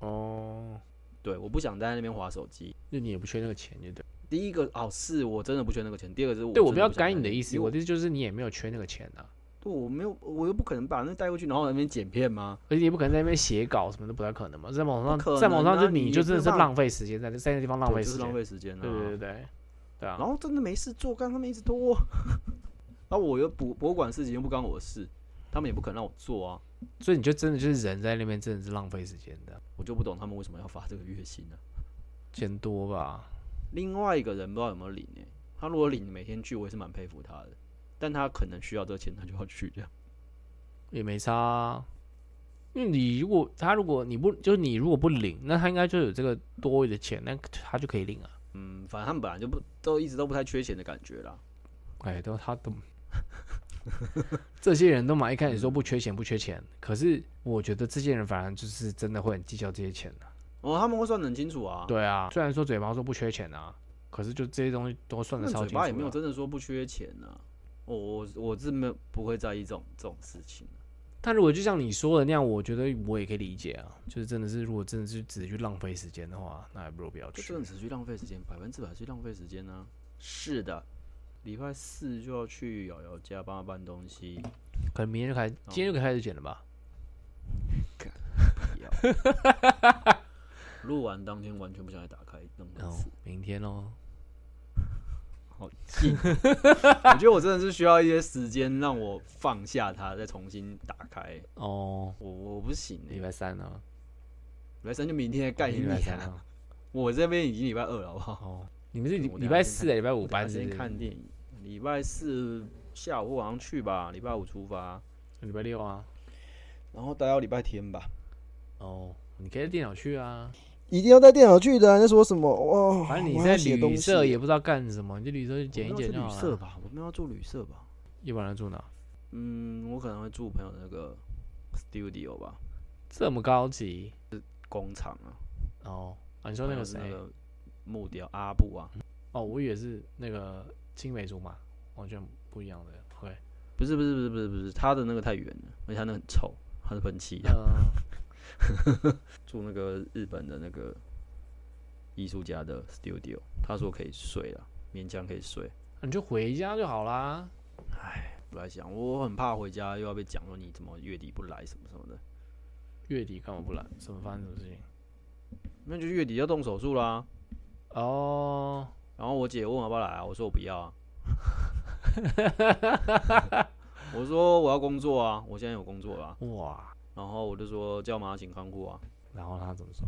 S2: 哦，
S1: 对，我不想待在那边划手机。
S2: 就你也不缺那个钱，就对。
S1: 第一个哦，是我真的不缺那个钱。第二个是我
S2: 对，我
S1: 真
S2: 不要
S1: 想
S2: 改
S1: 待
S2: 你的
S1: 在那
S2: 意思，
S1: 因为
S2: 我的意思就是你也没有缺那个钱啊，
S1: 对我没有，我又不可能把那带过去，然后在那边剪片吗？
S2: 而且你也不可能在那边写稿什么都不太可能嘛，在网
S1: 不
S2: 上、
S1: 可能啊
S2: 在网上就
S1: 你
S2: 你
S1: 也
S2: 就真的
S1: 没
S2: 是
S1: 办法
S2: 浪费时间在在那个地方浪
S1: 对
S2: 费
S1: 就
S2: 时
S1: 是
S2: 间
S1: 浪。费时间啊。
S2: 对对对对，对啊
S1: 然。后真的没事做，干他们一直拖。然后啊我又博博物馆事情又不干我的事，他们也不肯让我做啊，
S2: 所以你就真的就是人在那边真的是浪费时间的，
S1: 我就不懂他们为什么要发这个月薪呢、
S2: 钱多吧？
S1: 另外一个人不知道有没有领诶、他如果领每天去，我也是蛮佩服他的，但他可能需要这个钱，他就要去这样。
S2: 也没差、啊，因为你如果他如果你不就是你如果不领，那他应该就有这个多余的钱，那他就可以领啊。
S1: 嗯，反正他们本来就不都一直都不太缺钱的感觉啦。
S2: 哎，都他都， 这些人都嘛一开始说不缺钱不缺钱，可是我觉得这些人反而就是真的会很计较这些钱的、
S1: 哦，他们会算得很清楚啊。，
S2: 对啊，虽然说嘴巴说不缺钱啊，可是就这些东西都算得
S1: 那
S2: 超
S1: 嘴
S2: 清楚
S1: 巴也没有
S2: 的
S1: 真的说不缺钱啊。我我我是没有不会在意这种这种事情、啊。
S2: 但如果就像你说的那样，我觉得我也可以理解啊，就是真的是如果真的是只是去浪费时间的话，那还不如不要
S1: 这
S2: 去
S1: 真。的只去浪费时间，百分之百去浪费时间呢、是的，礼拜四就要去瑶瑶家帮她搬东西。
S2: 可能明天就开，
S1: 哦
S2: 今天就可以开始剪了吧？
S1: 要录完当天完全不想再打开任何
S2: 哦
S1: 事，，
S2: 明天哦。
S1: 好近。我觉得我真的是需要一些时间让我放下它，再重新打开。
S2: 哦，
S1: 我我不行哎、
S2: 礼拜三啊，
S1: 礼拜三就明天干你
S2: 礼拜三
S1: 啊！
S2: 啊，
S1: 我这边已经礼拜二了，好不好？
S2: 哦，你们是礼
S1: 我等
S2: 礼
S1: 下
S2: 拜
S1: 先
S2: 四
S1: 看
S2: 欸礼拜五
S1: 我等
S2: 班
S1: 下
S2: 是
S1: 先
S2: 不是
S1: 看电影，礼拜四下午或晚上去吧，礼拜五出发，
S2: 礼拜六啊，
S1: 然后待到礼拜天吧。
S2: 哦，你可以带电脑去啊，
S3: 一定要带电脑去的啊、你在说什么？哦，
S2: 反正
S3: 我
S2: 你
S3: 还
S2: 在
S3: 要写东
S2: 旅
S3: 西
S2: 社也不知道干什么，你就旅社去
S1: 我
S2: 剪一
S1: 们要
S2: 剪
S1: 去
S2: 就好
S1: 旅社
S2: 了。
S1: 吧，我们要住旅社吧。
S2: 一晚上住哪？
S1: 嗯，我可能会住我朋友的那个 studio 吧，
S2: 这么高级
S1: 工厂啊。
S2: 哦？啊，你说那
S1: 朋
S2: 个
S1: 友是
S2: 谁
S1: 那？个木雕阿布啊，
S2: 哦，我以为是那个青梅竹马，完全不一样的。OK，
S1: 不是不是不是不是不是，他的那个太远了，而且他那个很臭，他是喷漆的。
S2: 呃，
S1: 住那个日本的那个艺术家的 studio，他说可以睡了，勉强可以睡。
S2: 你就回家就好啦。
S1: 不来想，我很怕回家又要被讲说你怎么月底不来什么什么的，
S2: 月底干嘛不来？什么发生什么事情？
S1: 那就月底要动手术啦。
S2: 哦，
S1: 然后我姐问我要不要来啊，我说我不要啊，我说我要工作啊，我现在有工作啦。
S2: 哇，
S1: 然后我就说叫妈请看护啊，
S2: 然后他怎么说？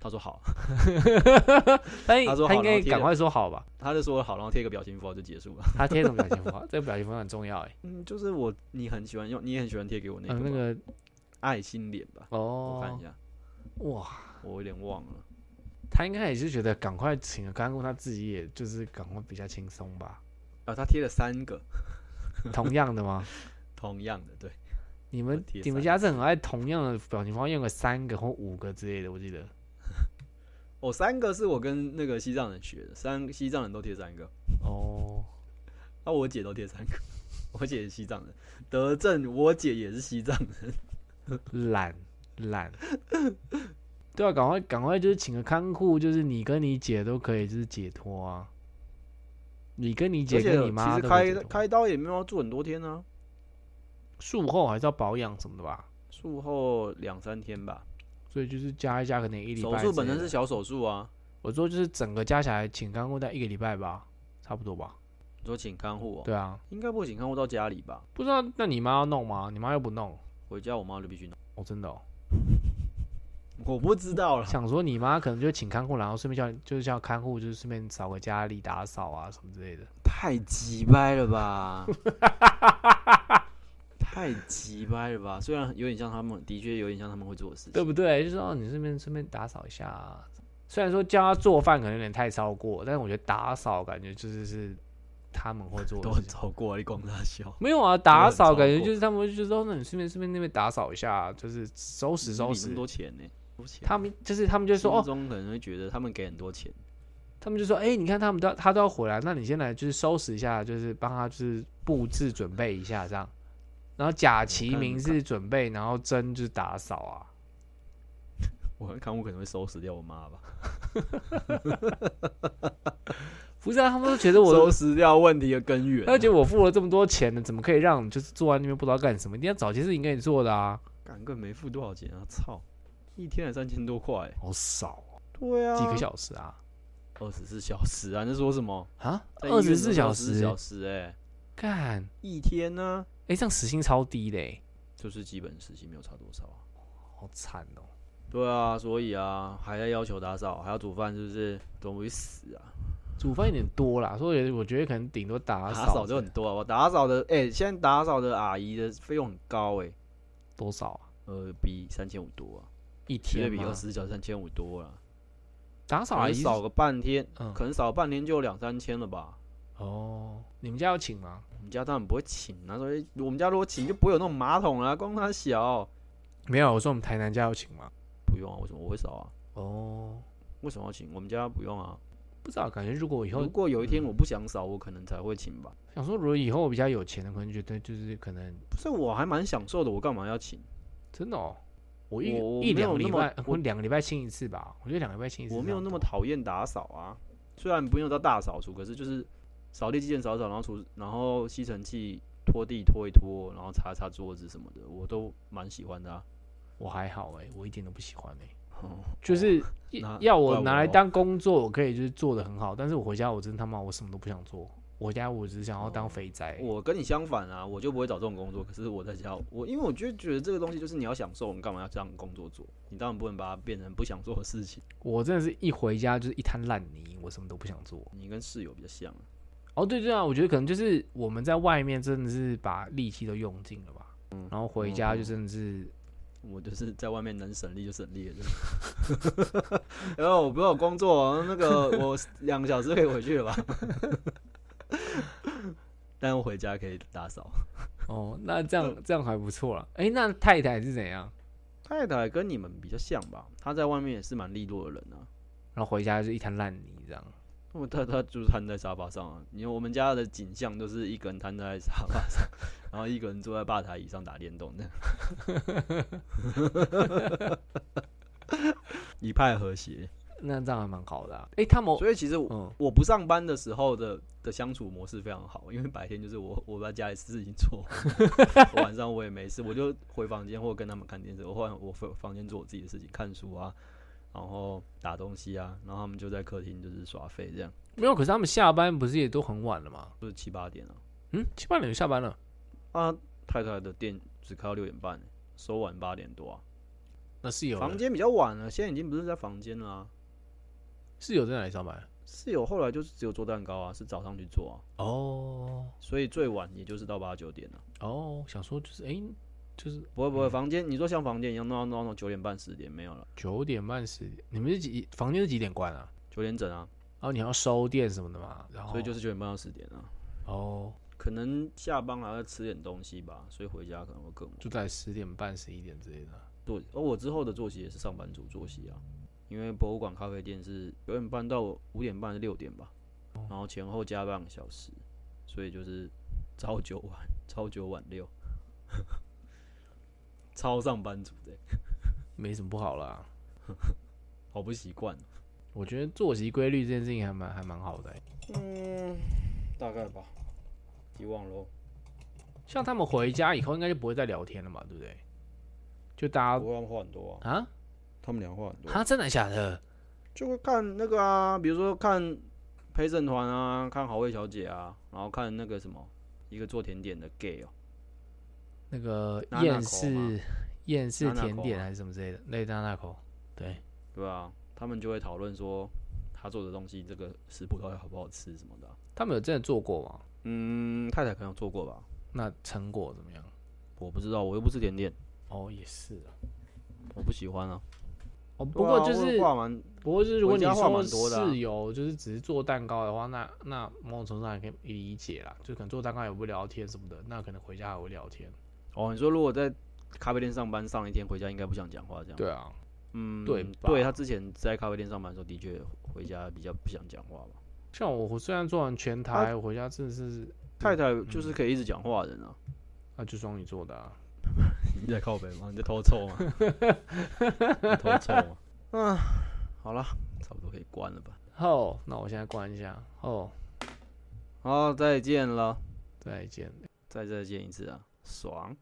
S1: 她说好，
S2: 他
S1: 他说
S2: 哎他应
S1: 好然
S2: 该
S1: 后贴
S2: 赶
S1: 了
S2: 快说好吧？
S1: 她就说好，然后贴一个表情符号就结束了。
S2: 他贴什么表情符号？这个表情符号很重要哎。
S1: 嗯， 就是我你很喜欢用，你也很喜欢贴给我那个
S2: 嗯，
S1: 吧、
S2: 那个
S1: 爱心脸吧，我看
S2: 哦
S1: 一，下，
S2: 哇，
S1: 我有点忘了。
S2: 他应该也是觉得赶快请个看护，他自己也就是赶快比较轻松 吧。
S1: 啊，他贴了三个
S2: 同样的吗？
S1: 同样的，对，
S2: 你们
S1: 贴
S2: 你们
S1: 三
S2: 家是很爱同样的表情符号，用个三个或五个之类的，我记得。
S1: 我、哦三个是我跟那个西藏人学的，三西藏人都贴三个，
S2: 哦，
S1: 啊，我姐都贴三个， 我姐是西藏人，德政我姐也是西藏人，
S2: 懒懒。对啊，赶快赶快就是请个看护，就是你跟你姐都可以就是解脱啊。你跟你
S1: 而
S2: 姐跟
S1: 且
S2: 你妈
S1: 其实
S2: 都可以解
S1: 开
S2: 脱
S1: 开刀也没有要住很多天啊，
S2: 术后还是要保养什么的吧，
S1: 术后两三天吧，
S2: 所以就是加一加可能一礼
S1: 手
S2: 拜。
S1: 术本身是，小手术啊，
S2: 我说就是整个加起来请看护在一个礼拜吧，差不多吧。
S1: 你说请看护、哦，
S2: 对啊，
S1: 应该不会请看护到家里吧？
S2: 不知道那你妈要弄吗？你妈又不弄，
S1: 回家我妈就必须弄，
S2: 哦，真 的、哦。
S1: 我不知道了，
S2: 想说你妈可能就请看护，然后顺便叫就是叫看护，就是顺便扫个家里打扫啊什么之类的。
S1: 太急掰 了吧！太急掰了吧！虽然有点像他们，的确有点像他们会做的事情，
S2: 对不对？就是哦，你顺便顺便打扫一下啊、虽然说叫他做饭可能有点太超过，但是我觉得打扫感觉就是是他们会做
S1: 都
S2: 的事
S1: 很
S2: 情。
S1: 超过啊，你光大笑。
S2: 没有啊，打
S1: 超
S2: 扫
S1: 过
S2: 感觉就是他们会就说，那你顺便顺便那边打扫一下啊，就是收拾收
S1: 你那么
S2: 拾。
S1: 多钱呢、多钱。
S2: 他们就是他们就说
S1: 心
S2: 哦，
S1: 中可能会觉得他们给很多钱，
S2: 他们就说哎、你看他们都要他都要回来，那你先来就是收拾一下，就是帮他就是布置准备一下这样。然后假其
S1: 看
S2: 名
S1: 看
S2: 是准备，然后真就是打扫啊。
S1: 我看看我可能会收拾掉我妈吧，
S2: 不是啊，他们都觉 得我
S1: 收拾掉问题的根源啊。
S2: 他就觉得我付了这么多钱呢，怎么可以让你就是坐在那边不知道干什么？一定要找些事情给你做的啊，
S1: 干个没付多少钱啊，操！一天才三千多块、欸
S2: 好少哦，
S1: 对啊
S2: 几个小时啊
S1: 二十四小时啊，那说什么？
S2: 啊，
S1: 在医
S2: 二
S1: 院
S2: 十四小
S1: 24
S2: 时，
S1: 小时哎、
S2: 干，
S1: 一天呢、
S2: 哎、这样时薪超低的欸，
S1: 就是基本时薪没有差多少啊。
S2: 好惨哦。
S1: 对啊，所以啊，还在要求打扫，还要煮饭，是不是？怎么会死啊？
S2: 煮饭有点多啦，所以我觉得可能顶多打
S1: 打
S2: 扫
S1: 扫就很多啊，我打扫的，哎、现在打扫的阿姨的费用很高哎、
S2: 多少啊？
S1: 呃，比三千五多啊，
S2: 一
S1: 绝对
S2: 天
S1: 比
S2: 吗
S1: 二十四小时三千五多啦。
S2: 打扫
S1: 可
S2: 而
S1: 能
S2: 已，
S1: 扫个半天，
S2: 嗯
S1: 可能扫半天就两三千了吧。
S2: 哦，你们家要请吗？
S1: 我们家当然不会请啊，所以我们家如果请就不会有那种马桶啦、光它小，
S2: 没有，我说我们台南家要请吗？
S1: 不用啊，为什么我会扫啊？
S2: 哦，
S1: 为什么要请？我们家不用啊。
S2: 不知道，感觉如果我以后
S1: 如果有一天
S2: 嗯
S1: 我不想扫，我可能才会请吧。
S2: 想说，如果以后我比较有钱的，可能觉得就是可能
S1: 不是，我还蛮享受的，我干嘛要请？
S2: 真的哦，我一
S1: 我
S2: 一
S1: 没
S2: 两
S1: 有
S2: 个礼
S1: 那么
S2: 拜，我
S1: 我
S2: 两个礼拜清一次吧。我觉得两个礼拜清一次，
S1: 我没有那么。讨厌打扫啊，虽然不用到大扫除，啊可是就是扫地机器人扫一扫，然后除然后吸尘器拖地拖一拖，然后擦一擦桌子什么的，我都蛮喜欢的啊。
S2: 我还好哎、我一点都不喜欢哎、
S1: 哦
S2: 就是一
S1: 那
S2: 要
S1: 怪
S2: 我
S1: 我
S2: 拿来
S1: 咯
S2: 当工作，我可以就是做的很好，但是我回家我真他妈我什么都不想做，我家我只想要当肥宅、
S1: 我跟你相反啊，我就不会找这种工作。可是我在家，我因为我就觉得这个东西就是你要享受，你干嘛要这样工作做？你当然不能把它变成不想做的事情。
S2: 我真的是一回家就是一滩烂泥，我什么都不想做。
S1: 你跟室友比较像啊、
S2: 哦，对对啊，我觉得可能就是我们在外面真的是把力气都用尽了吧，然后回家就真的是
S1: 我就是在外面能省力就省力了。 然后我不要工作，啊那个我两个小时可以回去了吧？ 但我回家可以打扫。
S2: 哦，那这样这样还不错啦。哎，那太太是怎样？
S1: 太太跟你们比较像吧？她在外面也是蛮利落的人啊。
S2: 然后回家就一滩烂泥这样。
S1: 我她她就是瘫在沙发上啊。因为我们家的景象都是一个人瘫在沙发上，然后一个人坐在吧台椅上打电动的，一派和谐。
S2: 那这样还蛮好的、啊。哎、他们
S1: 所以其实我
S2: 嗯，
S1: 我不上班的时候的的相处模式非常好，因为白天就是我我把家里事情做完，晚上我也没事，我就回房间或跟他们看电视，我换我回房间做我自己的事情，看书啊，然后打东西啊，然后他们就在客厅就是耍废这样，
S2: 没有，可是他们下班不是也都很晚了吗？
S1: 就是七八点啊，
S2: 嗯，七八点就下班了，
S1: 啊太太的店只开到六点半，收晚八点多啊，
S2: 那室友呢
S1: 房间比较晚了，现在已经不是在房间了、啊，
S2: 室友在哪里上班？
S1: 室友后来就是只有做蛋糕啊，是早上去做啊，
S2: 哦
S1: 所以最晚也就是到八九点了、
S2: 哦，想说就是哎、就是
S1: 不会不会，房间你说像房间一样弄到弄到九点半十点没有了，
S2: 九点半十点，你们是几房间是几点关啊？
S1: 九点整啊，
S2: 然后你还要收电什么的嘛，然后
S1: 所以就是九点半到十点啊。
S2: 哦，
S1: 可能下班还要吃点东西吧，所以回家可能会更晚。
S2: 就在十点半十一点之类的。
S1: 作而我之后的作息也是上班族作息啊，因为博物馆咖啡店是九点半到五点半六点吧，然后前后加半个小时，所以就是朝九晚朝九晚六，超上班族的欸、
S2: 没什么不好啦。
S1: 好不习惯哦。
S2: 我觉得作息规律这件事情还蛮还蛮好的欸、
S1: 嗯，大概吧，遗忘喽。
S2: 像他们回家以后，应该就不会再聊天了嘛，对不对？就大家
S1: 我他们话很多啊，
S2: 啊
S1: 他们俩话很多
S2: 啊，真的假的？
S1: 就会看那个啊，比如说看陪审团啊，看好味小姐啊，然后看那个什么一个做甜点的 gay 哦、
S2: 那个
S1: 娜娜
S2: 厌
S1: 口吗
S2: 世厌世
S1: 娜娜
S2: 甜
S1: 口
S2: 点
S1: 吗
S2: 还是什么之类的，类娜娜口。对，
S1: 对吧、他们就会讨论说他做的东西这个食谱到底好不好吃什么的啊、
S2: 他们有真的做过吗？
S1: 嗯，太太可能有做过吧，
S2: 那成果怎么样？
S1: 我不知道，我又不吃甜点，
S2: 哦，也是啊。
S1: 我不喜欢啊。
S2: 哦，不过就
S1: 对啊我
S2: 是
S1: 有画完
S2: 不过就是如果
S1: 我
S2: 你
S1: 家话
S2: 说
S1: 蛮多的啊
S2: 室友就是只是做蛋糕的话，那那某种程度上也可以理解啦，就可能做蛋糕也不会聊天什么的，那可能回家还会聊天。
S1: 哦，你说如果在咖啡店上班上一天回家应该不想讲话这样，，
S2: 对啊，
S1: 嗯，
S2: 对吧
S1: 对他之前在咖啡店上班的时候的确回家比较不想讲话嘛，
S2: 像我我虽然做完全
S1: 啊
S2: 台，我回家真的是
S1: 太太就是可以一直讲话的人啊。
S2: 啊，就双鱼座的啊，
S1: 嗯你在靠北吗？你在偷 臭吗？你偷臭吗？嗯，好了，差不多可以关了吧。
S2: 哦，那我现在关一下。哦，
S1: 好，再见了，
S2: 再见。
S1: 再再见一次啊，爽。